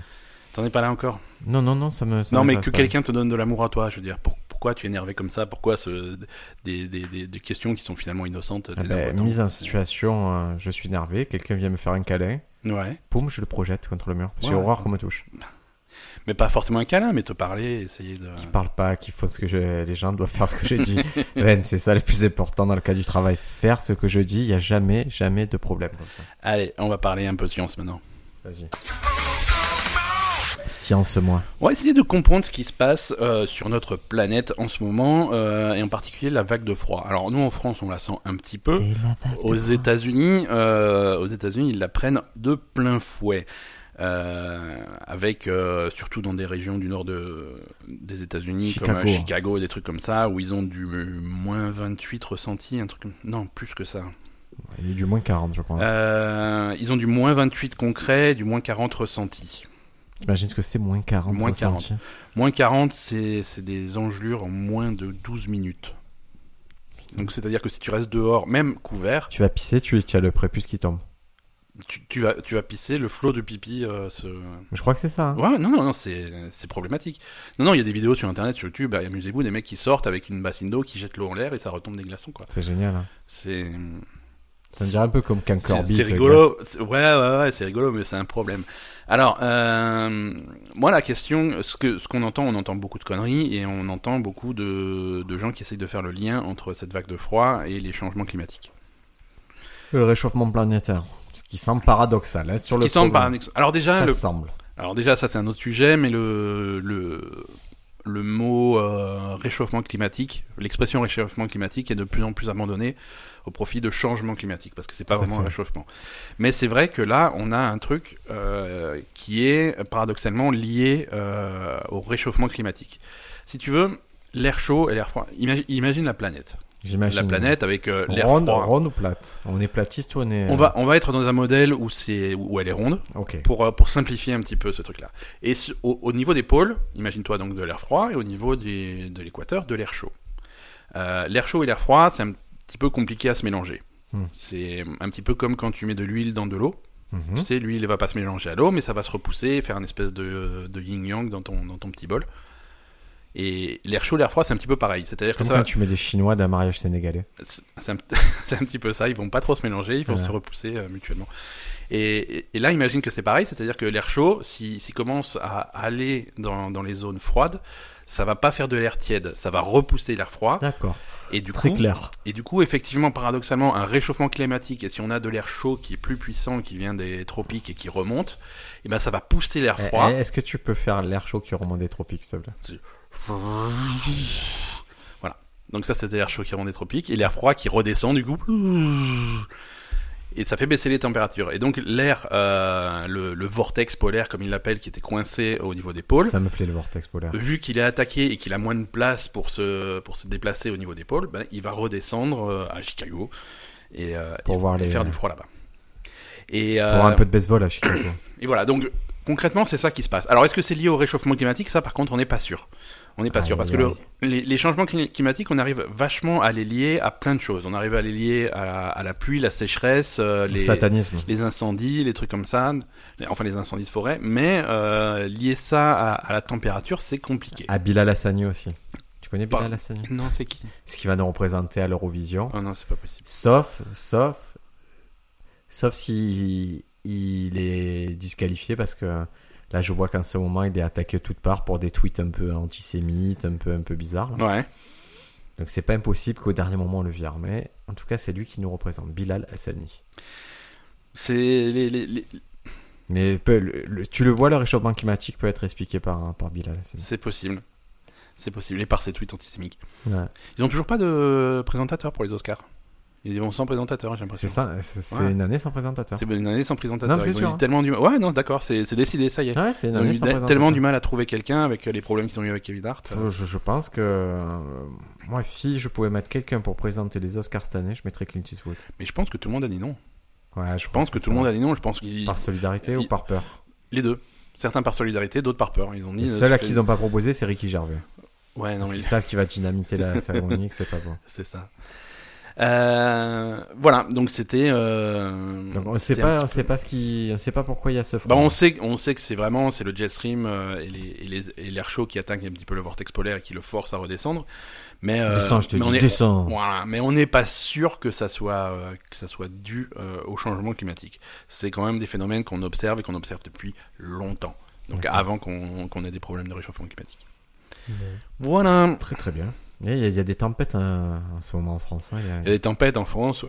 S2: T'en es pas là encore.
S1: Non, non, non, ça me. ça
S2: non, mais
S1: m'intéresse
S2: que
S1: pas.
S2: quelqu'un te donne de l'amour à toi, je veux dire. pour- pourquoi tu es énervé comme ça Pourquoi ce, des, des, des, des questions qui sont finalement innocentes
S1: Ah
S2: t'énervent
S1: ben,
S2: autant
S1: mise en
S2: C'est-
S1: situation, euh, je suis énervé, quelqu'un vient me faire un câlin,
S2: Ouais.
S1: poum, je le projette contre le mur. J'ai
S2: Ouais.
S1: horreur qu'on me touche.
S2: Mais pas forcément un câlin, mais te parler, essayer de.
S1: Qui parle pas, qui font ce que je... les gens doivent faire ce que je
S2: [laughs]
S1: dis. Ren, c'est ça le plus important dans le cas du travail. Faire ce que je dis, il n'y a jamais, jamais de problème comme ça.
S2: Allez, on va parler un peu de science maintenant.
S1: Vas-y. Science moi.
S2: On va essayer de comprendre ce qui se passe euh, sur notre planète en ce moment, euh, et en particulier la vague de froid. Alors nous en France, on la sent un petit peu. Aux États-Unis, euh, aux États-Unis, ils la prennent de plein fouet. Euh, avec euh, surtout dans des régions du nord de, des États-Unis, comme euh,
S1: Chicago.
S2: Chicago, des trucs comme ça, où ils ont du euh, moins 28 ressenti, un truc comme... non plus que ça.
S1: Il y a eu du moins 40, je crois.
S2: Euh, ils ont du moins 28 concret, du moins 40 ressenti.
S1: T'imagines ce que c'est moins 40
S2: Moins
S1: ressenti.
S2: Moins 40, c'est c'est des engelures en moins de 12 minutes. Donc c'est-à-dire que si tu restes dehors, même couvert,
S1: Tu vas pisser, tu, tu as le prépuce qui tombe.
S2: tu, tu vas, tu vas pisser, le flot de pipi euh, se,
S1: Je crois que c'est ça. hein.
S2: Ouais, non, non, non, c'est c'est problématique. Non, non, il y a des vidéos sur internet, sur YouTube, bah, amusez-vous, des mecs qui sortent avec une bassine d'eau, qui jettent l'eau en l'air et ça retombe des glaçons, quoi.
S1: C'est génial. hein.
S2: C'est.
S1: Ça me dirait un peu comme qu'un
S2: C'est
S1: Corby.
S2: c'est
S1: ce
S2: rigolo. C'est- Ouais, ouais, ouais, c'est rigolo, mais c'est un problème. Alors, euh, moi, la question, ce que ce qu'on entend, on entend beaucoup de conneries et on entend beaucoup de, de gens qui essayent de faire le lien entre cette vague de froid et les changements climatiques.
S1: glace. Le réchauffement planétaire. Ce qui semble paradoxal. hein, sur
S2: Ce
S1: le
S2: qui semble
S1: programme.
S2: paradoxal. Alors déjà,
S1: Ça
S2: le
S1: semble.
S2: Alors déjà, ça c'est un autre sujet, mais le, le, le mot euh, réchauffement climatique, l'expression réchauffement climatique est de plus en plus abandonnée au profit de changement climatique, parce que c'est pas
S1: Tout à
S2: vraiment
S1: fait.
S2: un réchauffement. Mais c'est vrai que là, on a un truc euh, qui est paradoxalement lié euh, au réchauffement climatique. Si tu veux, l'air chaud et l'air froid, imagine, imagine la planète.
S1: J'imagine.
S2: La planète avec euh, l'air
S1: ronde,
S2: froid.
S1: ronde ou plate On est platiste ou on est.
S2: On, va, on va être dans un modèle où, c'est où elle est ronde,
S1: Ok.
S2: pour, euh, pour simplifier un petit peu ce truc-là. Et ce- au, au niveau des pôles, imagine-toi donc de l'air froid, et au niveau des- de l'équateur, de l'air chaud. Euh, l'air chaud et l'air froid, c'est un petit peu compliqué à se mélanger.
S1: Hmm.
S2: C'est un petit peu comme quand tu mets de l'huile dans de l'eau.
S1: Mhm.
S2: Tu sais, l'huile ne va pas se mélanger à l'eau, mais ça va se repousser et faire une espèce de, de yin-yang dans ton, dans ton petit bol. Et l'air chaud, l'air froid, c'est un petit peu pareil. C'est-à-dire que
S1: Comme
S2: ça,
S1: quand tu mets des Chinois d'un mariage sénégalais.
S2: c'est c'est un, [laughs] c'est un petit peu ça, ils vont pas trop se mélanger, ils vont
S1: Ouais.
S2: se repousser euh, mutuellement. Et, et- et là, imagine que c'est pareil, c'est-à-dire que l'air chaud, s'il s'il commence à aller dans, dans les zones froides, ça va pas faire de l'air tiède, ça va repousser l'air froid.
S1: D'accord.
S2: Et du,
S1: Très
S2: coup,
S1: clair.
S2: et du coup, effectivement, paradoxalement, un réchauffement climatique, et si on a de l'air chaud qui est plus puissant, qui vient des tropiques et qui remonte, et ben ça va pousser l'air
S1: Eh,
S2: froid.
S1: eh, Est-ce que tu peux faire l'air chaud qui remonte des tropiques, s'il te plaît
S2: Voilà. Donc ça, c'était l'air chaud qui rend des tropiques et l'air froid qui redescend du coup. Et ça fait baisser les températures. Et donc l'air, euh, le, le vortex polaire, comme il l'appelle, qui était coincé au niveau des pôles,
S1: Ça me plaît le vortex polaire.
S2: vu qu'il est attaqué et qu'il a moins de place pour se, pour se déplacer au niveau des pôles, ben, il va redescendre euh, à Chicago et, euh,
S1: Pour
S2: et-
S1: voir
S2: et
S1: les-
S2: faire du froid là-bas. Et,
S1: Pour un
S2: euh,
S1: peu de baseball à Chicago.
S2: et voilà, donc concrètement, c'est ça qui se passe. Alors, est-ce que c'est lié au réchauffement climatique Ça, par contre, on n'est pas sûr. On n'est pas
S1: Aïe,
S2: sûr parce que
S1: aïe,
S2: le- les, les changements cli- climatiques, on arrive vachement à les lier à plein de choses. On arrive à les lier à, à la pluie, la sécheresse, euh,
S1: Le
S2: les,
S1: satanisme.
S2: les incendies, les trucs comme ça, les- enfin les incendies de forêt. Mais euh, lier ça à, à la température, c'est compliqué.
S1: À Ah, Bilal Hassani aussi. Tu connais
S2: Pas-
S1: Bilal Hassani
S2: Non, c'est qui
S1: Ce qui va nous représenter à l'Eurovision.
S2: Oh non, c'est pas possible.
S1: Sauf, sauf, sauf si il est disqualifié parce que là, je vois qu'en ce moment, il est attaqué de toutes parts pour des tweets un peu antisémites, un peu, un peu bizarres. là.
S2: Ouais.
S1: Donc, c'est pas impossible qu'au dernier moment, on le vire. Mais en tout cas, c'est lui qui nous représente, Bilal Hassani.
S2: C'est les, les- les-
S1: Mais peu- le- le- tu le vois, le réchauffement climatique peut être expliqué par, par Bilal Hassani.
S2: c'est possible. C'est possible. Et par ces tweets antisémites.
S1: Ouais.
S2: Ils ont toujours pas de présentateur pour les Oscars. Ils vont sans présentateur, j'ai l'impression.
S1: C'est ça, c'est c'est
S2: Ouais.
S1: une année sans présentateur.
S2: C'est une année sans présentateur.
S1: Non, mais c'est
S2: Ils ont
S1: sûr,
S2: eu
S1: hein.
S2: tellement du mal. Ouais, non, d'accord, c'est c'est décidé, ça y est.
S1: Ouais, c'est une
S2: Ils ont
S1: année
S2: eu
S1: sans
S2: de-
S1: présentateur.
S2: tellement du mal à trouver quelqu'un avec euh, les problèmes qu'ils ont eu avec Kevin Hart.
S1: Faut- Euh, Je, je pense que euh, moi, si je pouvais mettre quelqu'un pour présenter les Oscars cette année, je mettrais Clint Eastwood.
S2: Mais je pense que tout le monde a dit non.
S1: Ouais, je
S2: Je pense que tout le monde a dit non. Je pense qu'ils.
S1: Par solidarité
S2: il-
S1: ou par peur
S2: Les deux. Certains par solidarité, d'autres par peur. Ils ont dit.
S1: Le
S2: euh,
S1: seul
S2: tu
S1: à
S2: fais-
S1: qui ils n'ont pas proposé, c'est Ricky Gervais.
S2: Ouais, non,
S1: Parce
S2: mais
S1: qu'ils savent qu'il va dynamiter la cérémonie, que c'est pas bon.
S2: [laughs] c'est ça. Euh, voilà, donc c'était. euh,
S1: Donc on sait
S2: c'était un
S1: pas, on
S2: petit
S1: sait
S2: peu-
S1: pas ce qui, on sait pas pourquoi il y a ce
S2: Bah,
S1: front.
S2: on sait, on sait que c'est vraiment c'est le jet stream euh, et les et les- et l'air chaud qui attaque un petit peu le vortex polaire et qui le force à redescendre. Mais euh,
S1: descends, je te
S2: mais on
S1: dis,
S2: est-
S1: descends.
S2: Voilà, mais on n'est pas sûr que ça soit, euh, que ça soit dû euh, au changement climatique. C'est quand même des phénomènes qu'on observe et qu'on observe depuis longtemps. Donc
S1: D'accord.
S2: avant qu'on qu'on ait des problèmes de réchauffement climatique. Voilà.
S1: Très très bien. Et Il y, a- il y a des tempêtes hein, en ce moment en France. hein, il y a-
S2: Il y a des tempêtes en France.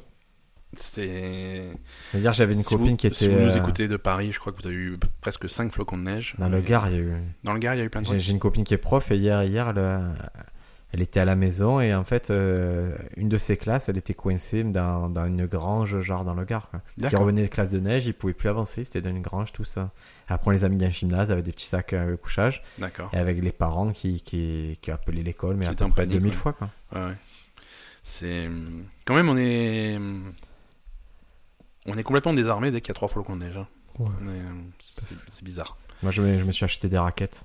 S2: C'est.
S1: Hier, j'avais une
S2: si
S1: copine
S2: vous,
S1: qui était.
S2: si vous nous
S1: euh,
S2: écoutez de Paris, je crois que vous avez eu presque 5 flocons de neige.
S1: Dans le
S2: Mais-
S1: Gard, il y a eu.
S2: Dans le Gard, il y a eu plein de
S1: J'ai j'ai une copine qui est prof et hier, hier elle, euh, elle était à la maison et en fait, euh, une de ses classes, elle était coincée dans, dans une grange, genre dans le Gard. Quoi. Parce qu'ils
S2: D'accord.
S1: revenaient de classe de neige, ils pouvaient plus avancer, c'était dans une grange, tout ça. Après, on les a mis dans le gymnase avec des petits sacs à couchage
S2: D'accord.
S1: et avec les parents qui, qui, qui appelaient l'école, mais
S2: Qui
S1: à
S2: étaient
S1: peu
S2: en
S1: près
S2: panique,
S1: 2000
S2: ouais.
S1: fois. Quoi.
S2: Ouais, ouais. C'est hum, quand même on est hum, on est complètement désarmé dès qu'il y a trois flocons de neige. hein.
S1: Ouais.
S2: On est, hum, C'est c'est bizarre.
S1: Moi, je me, je me suis acheté des raquettes.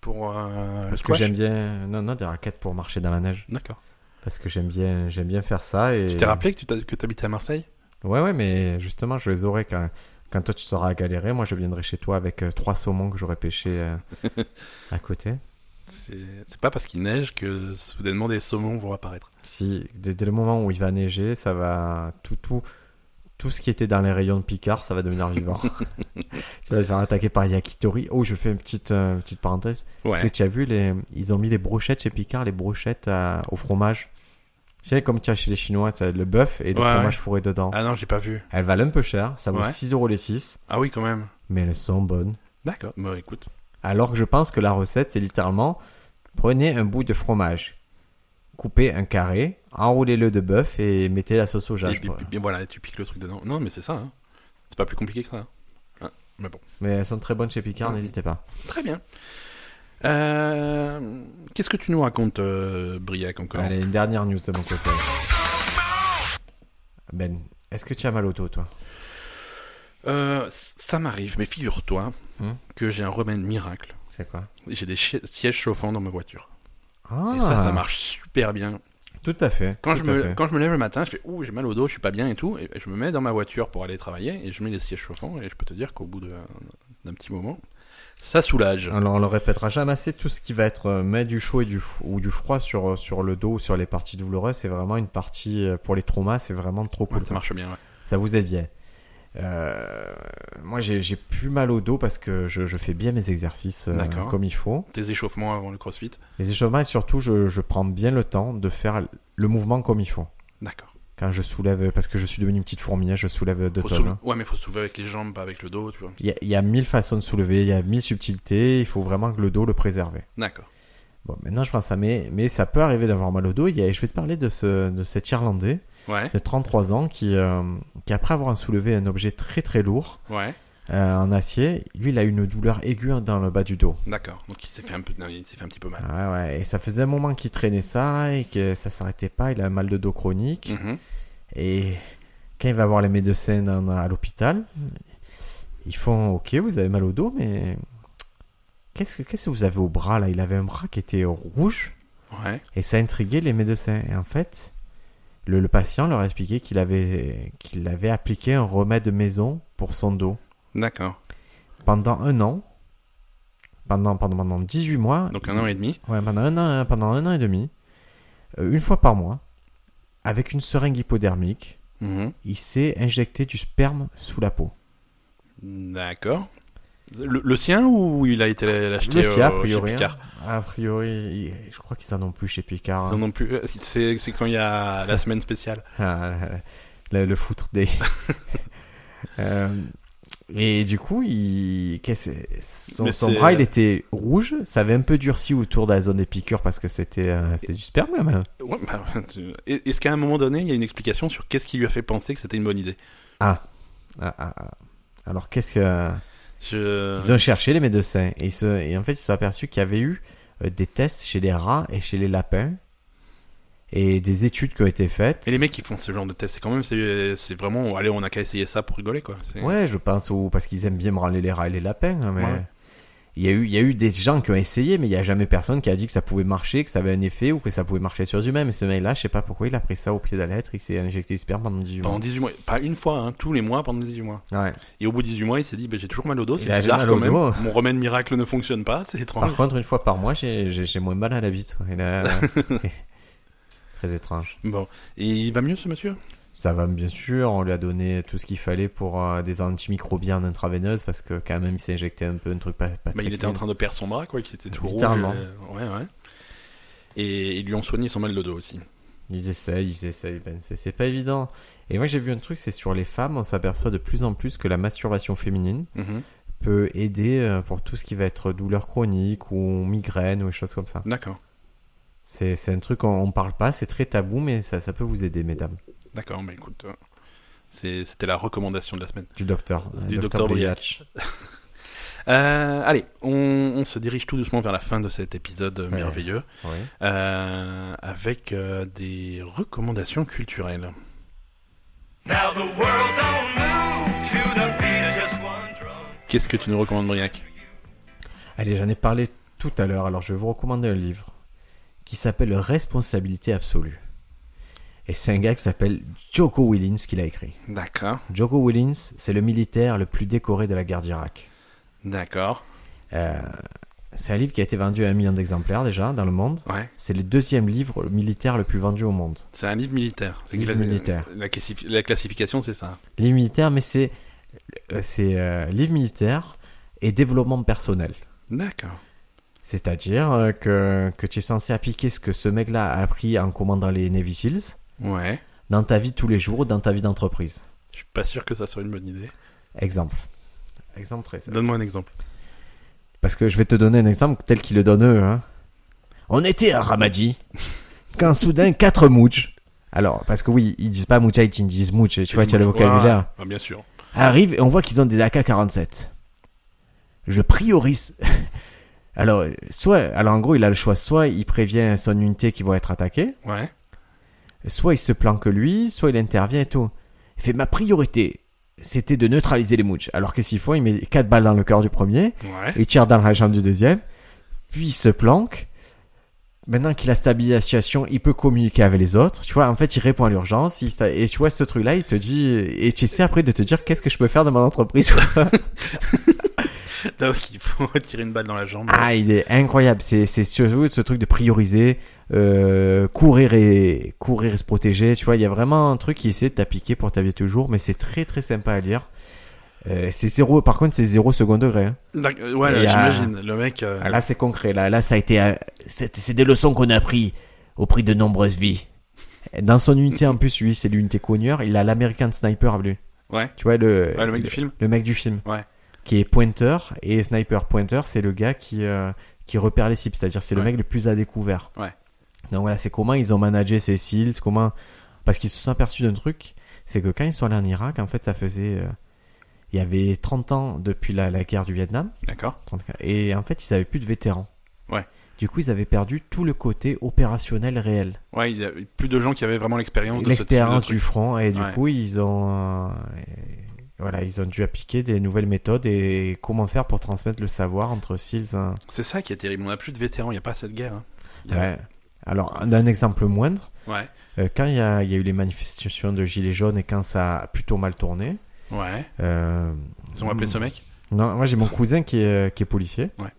S2: Pour euh, le
S1: Parce que
S2: Euh, squash
S1: j'aime bien. Non, non, des raquettes pour marcher dans la neige.
S2: D'accord.
S1: Parce que j'aime bien, j'aime bien faire ça. Et...
S2: Tu t'es rappelé que tu t'as- que t'habitais à Marseille
S1: Ouais, ouais, mais justement, je les aurai quand, quand toi tu seras à galérer. Moi, je viendrai chez toi avec euh, trois saumons que j'aurais pêchés euh,
S2: [laughs]
S1: à côté.
S2: C'est c'est pas parce qu'il neige que soudainement des saumons vont apparaître.
S1: Si, dès, dès le moment où il va neiger, ça va. Tout, tout, tout ce qui était dans les rayons de Picard, ça va devenir
S2: [laughs]
S1: vivant. tu vas te faire attaquer par Yakitori. Oh, je fais une petite, euh, une petite parenthèse. Parce que
S2: Ouais.
S1: tu as vu, les, ils ont mis les brochettes chez Picard, les brochettes à- au fromage. Tu sais, comme tu as chez les Chinois, tu as le bœuf et le
S2: Ouais,
S1: fromage fourré dedans.
S2: Ah non, j'ai pas vu.
S1: Elles valent un peu cher, ça vaut
S2: Ouais.
S1: 6 euros les 6,
S2: Ah oui, quand même.
S1: mais elles sont bonnes.
S2: D'accord. Bah écoute.
S1: Alors que je pense que la recette, c'est littéralement prenez un bout de fromage, coupez un carré, enroulez-le de bœuf et mettez la sauce soja.
S2: Et,
S1: je
S2: puis-
S1: crois.
S2: puis- voilà, tu piques le truc dedans. Non, mais c'est ça. hein. C'est pas plus compliqué que ça. hein. Ah, mais bon.
S1: Mais elles sont très bonnes chez Picard,
S2: Ouais.
S1: n'hésitez pas.
S2: Très bien. Euh, Qu'est-ce que tu nous racontes, euh, Briac, encore
S1: Allez, une dernière news de mon côté. Ben, est-ce que tu as mal au dos, toi
S2: Euh, ça m'arrive, mais figure-toi
S1: Hmm.
S2: que j'ai un remède miracle.
S1: C'est quoi
S2: J'ai des chi- sièges chauffants dans ma voiture.
S1: ah,
S2: Et ça, ça marche super bien.
S1: Tout à fait.
S2: Quand je,
S1: tout à
S2: me,
S1: fait.
S2: quand je me lève le matin, je fais Ouh, j'ai mal au dos, je suis pas bien et tout. Et je me mets dans ma voiture pour aller travailler et je mets les sièges chauffants. Et je peux te dire qu'au bout de- d'un petit moment, ça soulage.
S1: Alors on le répétera jamais assez, tout ce qui va être euh, mettre du chaud et du, f- ou du froid sur, euh, sur le dos ou sur les parties douloureuses, c'est vraiment une partie, euh, pour les traumas, c'est vraiment trop
S2: Ouais,
S1: cool.
S2: ça marche bien, ouais.
S1: Ça vous aide bien. Euh, moi j'ai j'ai plus mal au dos parce que je, je fais bien mes exercices euh,
S2: D'accord.
S1: comme il faut.
S2: Tes échauffements avant le crossfit.
S1: Les échauffements et surtout je, je prends bien le temps de faire le mouvement comme il faut.
S2: D'accord.
S1: Quand je soulève, parce que je suis devenu une petite fourmi, hein, je soulève deux
S2: Faut
S1: tonnes.
S2: soulever-
S1: hein.
S2: Ouais, mais faut se soulever avec les jambes, pas avec le dos, tu vois.
S1: Il y, a, il y a mille façons de soulever, il y a mille subtilités, il faut vraiment que le dos le préserver.
S2: D'accord.
S1: Bon, maintenant je pense à mais mais ça peut arriver d'avoir mal au dos. Il y a, je vais te parler de, ce, de cet Irlandais
S2: Ouais,
S1: de 33 ans qui, euh, qui après avoir soulevé un objet très très lourd
S2: ouais.
S1: euh, en acier, lui il a une douleur aiguë dans le bas du dos.
S2: D'accord. Donc il s'est fait, un peu... non, il s'est fait un petit peu mal.
S1: Ah ouais, et ça faisait un moment qu'il traînait ça et que ça s'arrêtait pas. Il a un mal de dos chronique.
S2: Mhm.
S1: Et quand il va voir les médecins dans- à l'hôpital, ils font Ok, vous avez mal au dos, mais qu'est-ce que, qu'est-ce que vous avez au bras là Il avait un bras qui était rouge.
S2: Ouais.
S1: Et ça intriguait les médecins. Et en fait, le, le patient leur expliquait qu'il avait, qu'il avait appliqué un remède maison pour son dos.
S2: D'accord.
S1: Pendant un an, pendant, pendant, pendant 18 mois,
S2: Donc un an et demi.
S1: ouais, pendant, un an, hein, pendant un an et demi, euh, une fois par mois, avec une seringue hypodermique,
S2: Mhm.
S1: il s'est injecté du sperme sous la peau.
S2: D'accord. Le, le sien ou il a été l'acheter
S1: Le sien, a
S2: au-
S1: priori.
S2: chez Picard
S1: hein. A priori, il- je crois qu'ils en ont plus chez Picard.
S2: Ils
S1: hein.
S2: en ont plus. euh, C'est c'est quand il y a la
S1: [laughs]
S2: semaine spéciale.
S1: Ah, le, le foutre
S2: [laughs]
S1: des. [laughs] Euh, et du coup, il... qu'est-ce- son,
S2: Mais
S1: son
S2: c'est- euh,
S1: bras, il était rouge, ça avait un peu durci autour de la zone des piqûres parce que c'était euh, c'était du sperme quand même.
S2: Ouais, bah, tu- Et- Est-ce qu'à un moment donné, il y a une explication sur qu'est-ce qui lui a fait penser que c'était une bonne idée
S1: Ah. Ah, ah, ah. Alors qu'est-ce que... euh,
S2: Je...
S1: Ils ont cherché les médecins et, ils se... et en fait ils se sont aperçus qu'il y avait eu euh, des tests chez les rats et chez les lapins et des études qui ont été faites.
S2: Et les mecs qui font ce genre de test, c'est quand même, c'est c'est vraiment, allez, on a qu'à essayer ça pour rigoler, quoi. C'est-
S1: Ouais, je pense, ou parce qu'ils aiment bien branler les rats et les lapins. hein, mais
S2: Ouais.
S1: il, y a eu, il y a eu des gens qui ont essayé, mais il n'y a jamais personne qui a dit que ça pouvait marcher, que ça avait un effet ou que ça pouvait marcher sur les humains. Mais ce mec-là, je sais pas pourquoi, il a pris ça au pied de la lettre, il s'est injecté du sperme pendant 18
S2: Pendant
S1: mois.
S2: 18 mois, pas une fois, hein, tous les mois pendant 18 mois.
S1: Ouais.
S2: Et au bout de 18 mois, il s'est dit, bah, j'ai toujours mal au dos,
S1: Il
S2: c'est
S1: avait
S2: bizarre
S1: mal
S2: quand
S1: au
S2: même.
S1: dos.
S2: Mon remède miracle ne fonctionne pas, c'est étrange.
S1: Par contre, une fois par mois, j'ai- j'ai j'ai moins mal
S2: [laughs]
S1: à la bite. ouais. Et là- [laughs] Très étrange.
S2: Bon, et il va mieux ce monsieur
S1: Ça va bien sûr, on lui a donné tout ce qu'il fallait pour euh, des antimicrobiens en intraveineuse parce que quand même il s'est injecté un peu un truc pas, pas
S2: Bah,
S1: très
S2: il était
S1: clean.
S2: en train de perdre son bras, quoi, qui était tout rouge.
S1: Littéralement.
S2: euh, ouais, ouais. Et ils lui ont soigné son mal de dos aussi.
S1: Ils essayent, ils essayent, ben c'est- c'est pas évident. Et moi j'ai vu un truc, c'est sur les femmes, on s'aperçoit de plus en plus que la masturbation féminine
S2: Mhm.
S1: peut aider euh, pour tout ce qui va être douleur chronique ou migraine ou des choses comme ça.
S2: D'accord,
S1: C'est c'est un truc on, on parle pas, c'est très tabou, mais ça, ça peut vous aider, mesdames.
S2: d'accord, mais écoute, euh, c'est- c'était la recommandation de la semaine.
S1: Du docteur.
S2: Du
S1: euh,
S2: docteur
S1: Briatch.
S2: Euh, allez, on, on se dirige tout doucement vers la fin de cet épisode euh,
S1: Ouais.
S2: merveilleux
S1: Oui.
S2: euh, avec euh, des recommandations culturelles.
S3: Now the world don't move to the beat of just one drum.
S2: Qu'est-ce que tu nous recommandes, Briac
S1: Allez, j'en ai parlé tout à l'heure, alors je vais vous recommander un livre qui s'appelle Responsabilité absolue. Et c'est un gars qui s'appelle Joko Willins qui l'a écrit.
S2: D'accord,
S1: Joko Willins, c'est le militaire le plus décoré de la guerre d'Irak.
S2: d'accord,
S1: Euh, c'est un livre qui a été vendu à un million d'exemplaires déjà dans le monde.
S2: ouais.
S1: C'est le deuxième livre militaire le plus vendu au monde.
S2: C'est un livre militaire. C'est
S1: Livre
S2: la,
S1: militaire.
S2: La, classi- la classification, c'est ça.
S1: Livre militaire, mais c'est euh, c'est euh, livre militaire et développement personnel.
S2: D'accord.
S1: C'est-à-dire euh, que, que tu es censé appliquer ce que ce mec-là a appris en commandant les Navy Seals
S2: Ouais.
S1: dans ta vie tous les jours, dans ta vie d'entreprise.
S2: Je suis pas sûr que ça soit une bonne idée.
S1: Exemple. Exemple très simple.
S2: Donne-moi un exemple.
S1: Parce que je vais te donner un exemple tel qu'ils le donnent eux. hein. On était à [laughs] Ramadi quand soudain quatre mouches. Alors, parce que oui, ils disent pas mouchaït, ils disent mouche, tu vois, tu as le vocabulaire.
S2: Ah, bien sûr.
S1: Arrive et on voit qu'ils ont des AK-47. Je priorise. [laughs] Alors, soit, alors en gros, il a le choix. Soit il prévient son unité qu'ils vont être attaqués,
S2: Ouais.
S1: soit il se planque lui, soit il intervient et tout. Il fait ma priorité, c'était de neutraliser les mouches. Alors qu'est-ce qu'ils font Il met 4 balles dans le cœur du premier,
S2: [laughs] Ouais.
S1: il tire dans la jambe du deuxième, puis il se planque. Maintenant qu'il a stabilisé la situation, il peut communiquer avec les autres. Tu vois, en fait, il répond à l'urgence. il sta- Et tu vois, ce truc-là, il te dit... Et tu essaies après de te dire, qu'est-ce que je peux faire de mon entreprise
S2: Donc il faut [laughs] tirer une balle dans la jambe.
S1: Ah, il est incroyable. C'est c'est surtout ce truc de prioriser, euh, courir et courir et se protéger. Tu vois, il y a vraiment un truc qui essaie de t'appliquer pour ta vie toujours, mais c'est très très sympa à lire. Euh, c'est zéro, par contre, c'est zéro second degré. hein.
S2: D'ac- euh, Ouais, là,
S1: Et, euh, Ah,
S2: j'imagine. Le mec. euh,
S1: Là, c'est concret. Là, là, ça a été. euh, C'est c'est des leçons qu'on a apprises au prix de nombreuses vies. Dans son unité,
S2: [laughs]
S1: en plus, lui, c'est l'unité cogneur. Il a l'American Sniper avec lui.
S2: Ouais.
S1: Tu vois, le,
S2: ouais, le mec du film.
S1: le mec du film.
S2: Ouais.
S1: Qui est pointeur et sniper pointeur, c'est le gars qui, euh, qui repère les cibles, c'est-à-dire c'est le
S2: Ouais.
S1: mec le plus à découvert.
S2: Ouais.
S1: Donc voilà, c'est comment ils ont managé ces SEALs, comment. Parce qu'ils se sont aperçus d'un truc, c'est que quand ils sont allés en Irak, en fait, ça faisait. euh, Il y avait 30 ans depuis la, la guerre du Vietnam,
S2: D'accord.
S1: 34, et en fait, ils avaient plus de vétérans.
S2: Ouais.
S1: Du coup, ils avaient perdu tout le côté opérationnel réel
S2: Ouais, il y a plus de gens qui avaient vraiment l'expérience. de ce type de
S1: l'expérience
S2: truc.
S1: du front et du
S2: Ouais.
S1: coup ils ont euh, et- voilà ils ont dû appliquer des nouvelles méthodes et comment faire pour transmettre le savoir entre SEALs hein.
S2: C'est ça qui est terrible. On a plus de vétérans. Il n'y a pas assez de guerre. hein. Il y a-
S1: Ouais. alors d'un exemple moindre
S2: Ouais.
S1: euh, quand il y, a, il y a eu les manifestations de gilets jaunes et quand ça a plutôt mal tourné
S2: Ouais.
S1: euh,
S2: Ils ont appelé ce mec.
S1: non moi j'ai mon cousin qui est, qui est policier
S2: Ouais.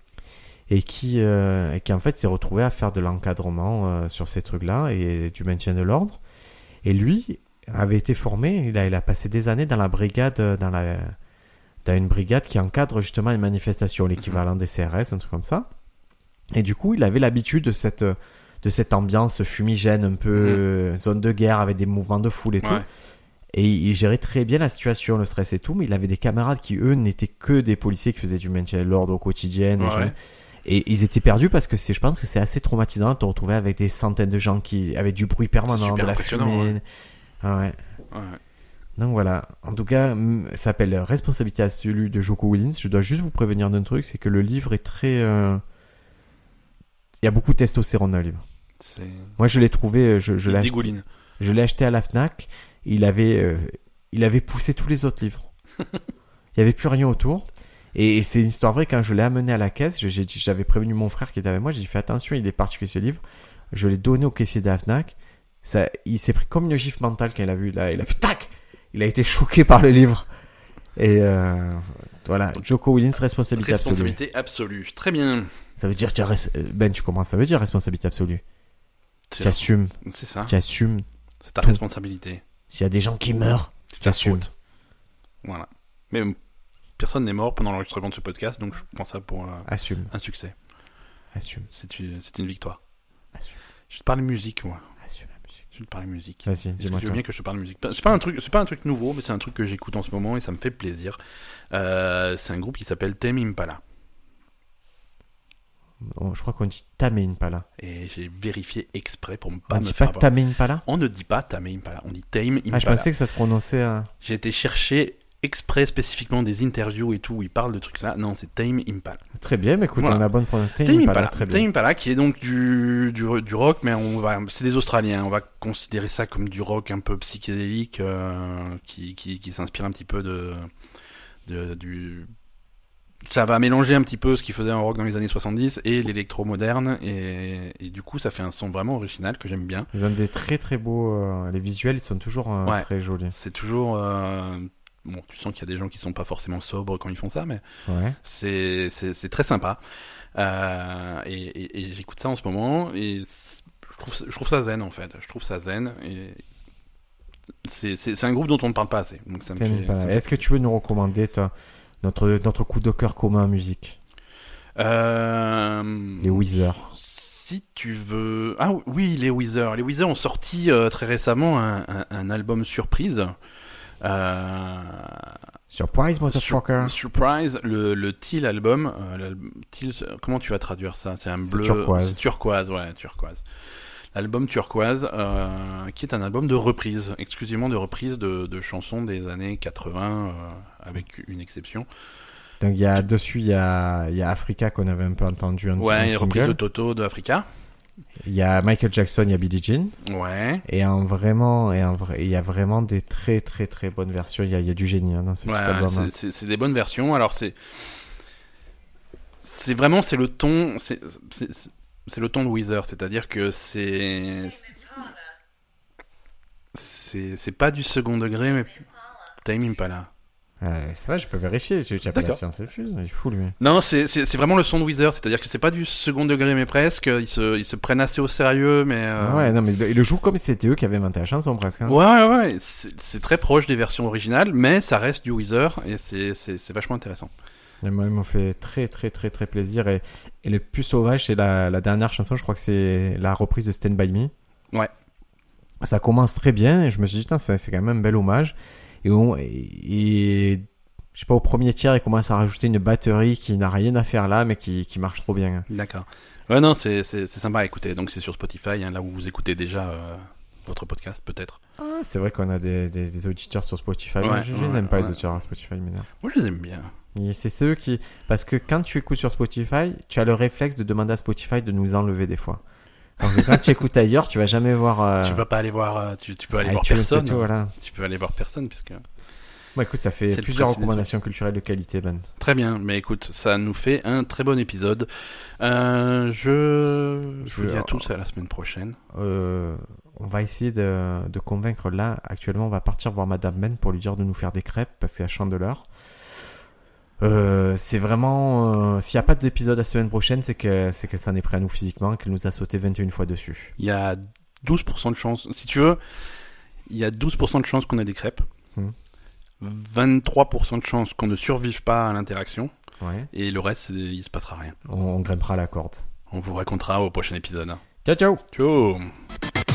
S1: et qui euh, et qui en fait s'est retrouvé à faire de l'encadrement euh, sur ces trucs là et du maintien de l'ordre et lui avait été formé il a il a passé des années dans la brigade euh, dans la dans une brigade qui encadre justement une manifestation
S2: Mhm.
S1: l'équivalent des CRS un truc comme ça et du coup il avait l'habitude de cette de cette ambiance fumigène un peu
S2: Mhm.
S1: euh, zone de guerre avec des mouvements de foule et tout
S2: Ouais.
S1: et il il gérait très bien la situation, le stress et tout, mais il avait des camarades qui, eux, n'étaient que des policiers qui faisaient du maintien de l'ordre au quotidien. des
S2: Ouais.
S1: gens- Et ils étaient perdus parce que c'est, je pense que c'est assez traumatisant de te retrouver avec des centaines de gens qui avaient du bruit permanent,
S2: super
S1: de la
S2: impressionnant,
S1: fumée. Ah ouais.
S2: Ouais.
S1: Donc voilà. En tout cas, hum, ça s'appelle Responsabilité absolue de Joko Willins. Je dois juste vous prévenir d'un truc, c'est que le livre est très. euh, Il y a beaucoup de testostérone dans le livre.
S2: C'est.
S1: Moi, je l'ai trouvé, euh, je, je l'ai acheté-
S2: Dégouline.
S1: je l'ai acheté à la Fnac. Il avait, euh, il avait poussé tous les autres livres. il n'y avait plus rien autour. Et, et c'est une histoire vraie. Quand je l'ai amené à la caisse, je- j'ai dit- j'avais prévenu mon frère qui était avec moi. J'ai dit fais attention, il est particulier ce livre. Je l'ai donné au caissier de la Fnac. Ça, il s'est pris comme une gifle mentale quand il a vu là. Il a fait tac. Il a été choqué par le livre. Et euh, voilà, Joko Willins, responsabilité, absolue.
S2: Responsabilité absolue. Très bien.
S1: Ça veut dire, tu as res- euh, Ben, tu commences, ça veut dire responsabilité absolue.
S2: C'est
S1: Tu assumes,
S2: c'est ça.
S1: tu assumes
S2: C'est ta
S1: Tout.
S2: responsabilité.
S1: S'il y a des gens qui meurent,
S2: C'est
S1: j'assume.
S2: Voilà. Mais euh, personne n'est mort pendant l'enregistrement de ce podcast, donc je prends ça pour euh,
S1: Assume,
S2: un succès.
S1: assume,
S2: C'est une, c'est une victoire.
S1: Assume.
S2: Je te parle musique, moi.
S1: assume la musique.
S2: Je vais te parler musique.
S1: Vas-y,
S2: Est-ce que
S1: dis-moi
S2: tu
S1: tout.
S2: veux bien que je te parle musique C'est pas un truc, c'est pas un truc nouveau, mais c'est un truc que j'écoute en ce moment et ça me fait plaisir. Euh, c'est un groupe qui s'appelle Tame Impala
S1: Oh, Je crois qu'on dit Tame Impala.
S2: et j'ai vérifié exprès pour ne pas
S1: On
S2: me
S1: dit
S2: faire
S1: pas
S2: avoir.
S1: Ah, Tame Impala
S2: On ne dit pas Tame Impala, on dit Tame Impala.
S1: Ah, je pensais que ça se prononçait. euh,
S2: J'ai été chercher exprès spécifiquement des interviews et tout où ils parlent de trucs là. Non, c'est Tame Impala.
S1: Très bien, mais écoute,
S2: Voilà.
S1: on a la bonne prononciation.
S2: Tame
S1: Tame
S2: Impala,
S1: Impala, très
S2: Tame
S1: bien.
S2: Impala, qui est donc du, du, du rock, mais on va, c'est des Australiens, on va considérer ça comme du rock un peu psychédélique, euh, qui, qui, qui s'inspire un petit peu de, de- du... Ça va mélanger un petit peu ce qu'ils faisaient en rock dans les années 70 et l'électro moderne, et, et du coup ça fait un son vraiment original que j'aime bien.
S1: Ils ont des très très beaux. euh, les visuels, ils sont toujours euh,
S2: Ouais.
S1: très jolis.
S2: C'est toujours... euh, Bon, tu sens qu'il y a des gens qui sont pas forcément sobres quand ils font ça, mais
S1: Ouais.
S2: C'est- C'est c'est très sympa. Euh, et et- et j'écoute ça en ce moment et c'est- je trouve, ça- je trouve ça zen en fait. Je trouve ça zen et c'est- c'est c'est un groupe dont on ne parle pas assez. Donc ça me
S1: Tame
S2: fait, ça
S1: Impala.
S2: me fait-
S1: Est-ce que tu veux nous recommander toi, notre, notre coup de cœur commun en musique
S2: Euh,
S1: Les Weezer.
S2: Si tu veux. Ah oui, les Weezer. Les Weezer ont sorti euh, très récemment un, un- un album surprise. Euh,
S1: Surprise, motherfucker.
S2: Sur- Surprise, le, le teal album. euh, l'album- teal, euh, comment tu vas traduire ça C'est un
S1: C'est
S2: bleu.
S1: turquoise.
S2: c'est turquoise, ouais, turquoise. L'album Turquoise, euh, qui est un album de reprise, exclusivement de reprise de, de chansons des années 80, euh, avec une exception.
S1: Donc il y a dessus, il y a, il y a Africa qu'on avait un peu entendu en en
S2: Ouais, une reprise de
S1: single.
S2: Toto de Africa.
S1: Il y a Michael Jackson, il y a Billie Jean.
S2: Ouais.
S1: Et en vraiment, et en vrai, il y a vraiment des très très très bonnes versions. Il y a, il y a du génie hein, dans ce
S2: Ouais,
S1: petit album. hein.
S2: c'est- c'est c'est des bonnes versions. Alors c'est c'est vraiment c'est le ton c'est c'est- c'est- c'est le ton de Weezer, c'est-à-dire que c'est c'est c'est pas du second degré mais Time Impala.
S1: Ouais, ça va, je peux vérifier. J'ai j'ai pas la
S2: D'accord.
S1: science infuse. Il est fou lui.
S2: Non, c'est c'est c'est vraiment le son de Weezer, c'est-à-dire que c'est pas du second degré mais presque, ils se ils se prennent assez au sérieux mais euh,
S1: Ouais, non mais ils le- ils le jouent comme si c'était eux qui avaient inventé la chanson presque. hein.
S2: Ouais, ouais, ouais, c'est c'est très proche des versions originales, mais ça reste du Weezer et c'est c'est- c'est vachement intéressant.
S1: Et moi, ils m'ont fait très, très, très, très plaisir. Et, et le plus sauvage, c'est la, la dernière chanson. Je crois que c'est la reprise de Stand By Me.
S2: Ouais.
S1: Ça commence très bien. Et je me suis dit, putain, c'est c'est quand même un bel hommage. Et, on, et, et je sais pas, au premier tiers, ils commencent à rajouter une batterie qui n'a rien à faire là, mais qui, qui marche trop bien. hein.
S2: D'accord. Ouais, non, c'est c'est- c'est sympa à écouter. Donc, c'est sur Spotify, hein, là où vous écoutez déjà euh, votre podcast, peut-être.
S1: Ah, c'est vrai qu'on a des, des, des auditeurs sur Spotify.
S2: Ouais,
S1: Moi, je, je les
S2: ouais,
S1: aime pas, les
S2: ouais.
S1: auditeurs à Spotify, mais non.
S2: Moi, je les aime bien.
S1: Et C'est ceux qui. Parce que quand tu écoutes sur Spotify, tu as le réflexe de demander à Spotify de nous enlever des fois. Alors que quand tu écoutes ailleurs, tu vas jamais voir. euh,
S2: Tu vas pas aller voir, euh, tu, tu peux aller voir
S1: iTunes et
S2: personne.
S1: tout, voilà.
S2: Tu peux aller voir personne, puisque.
S1: Bon, écoute, ça
S2: C'est
S1: fait
S2: le
S1: plusieurs
S2: principe des
S1: recommandations culturelles de qualité, Ben.
S2: Très bien, mais écoute, ça nous fait un très bon épisode. Euh, je... je vous dis à
S1: Je-
S2: tous à la semaine prochaine.
S1: Euh, on va essayer de, de convaincre là. Actuellement, on va partir voir Madame Ben pour lui dire de nous faire des crêpes parce qu'elle chante de l'heure. Euh, c'est vraiment. euh, S'il n'y a pas d'épisode la semaine prochaine, c'est que c'est qu'elle s'en est pris à nous physiquement, qu'elle nous a sauté 21 fois dessus.
S2: Il y a 12% de chance, si tu veux, il y a 12% de chance qu'on ait des crêpes.
S1: Hmm.
S2: 23% de chance qu'on ne survive pas à l'interaction.
S1: Ouais.
S2: Et le reste, c'est- il se passera rien.
S1: On, on grimpera la corde.
S2: On vous racontera au prochain épisode.
S1: Ciao, ciao!
S2: Ciao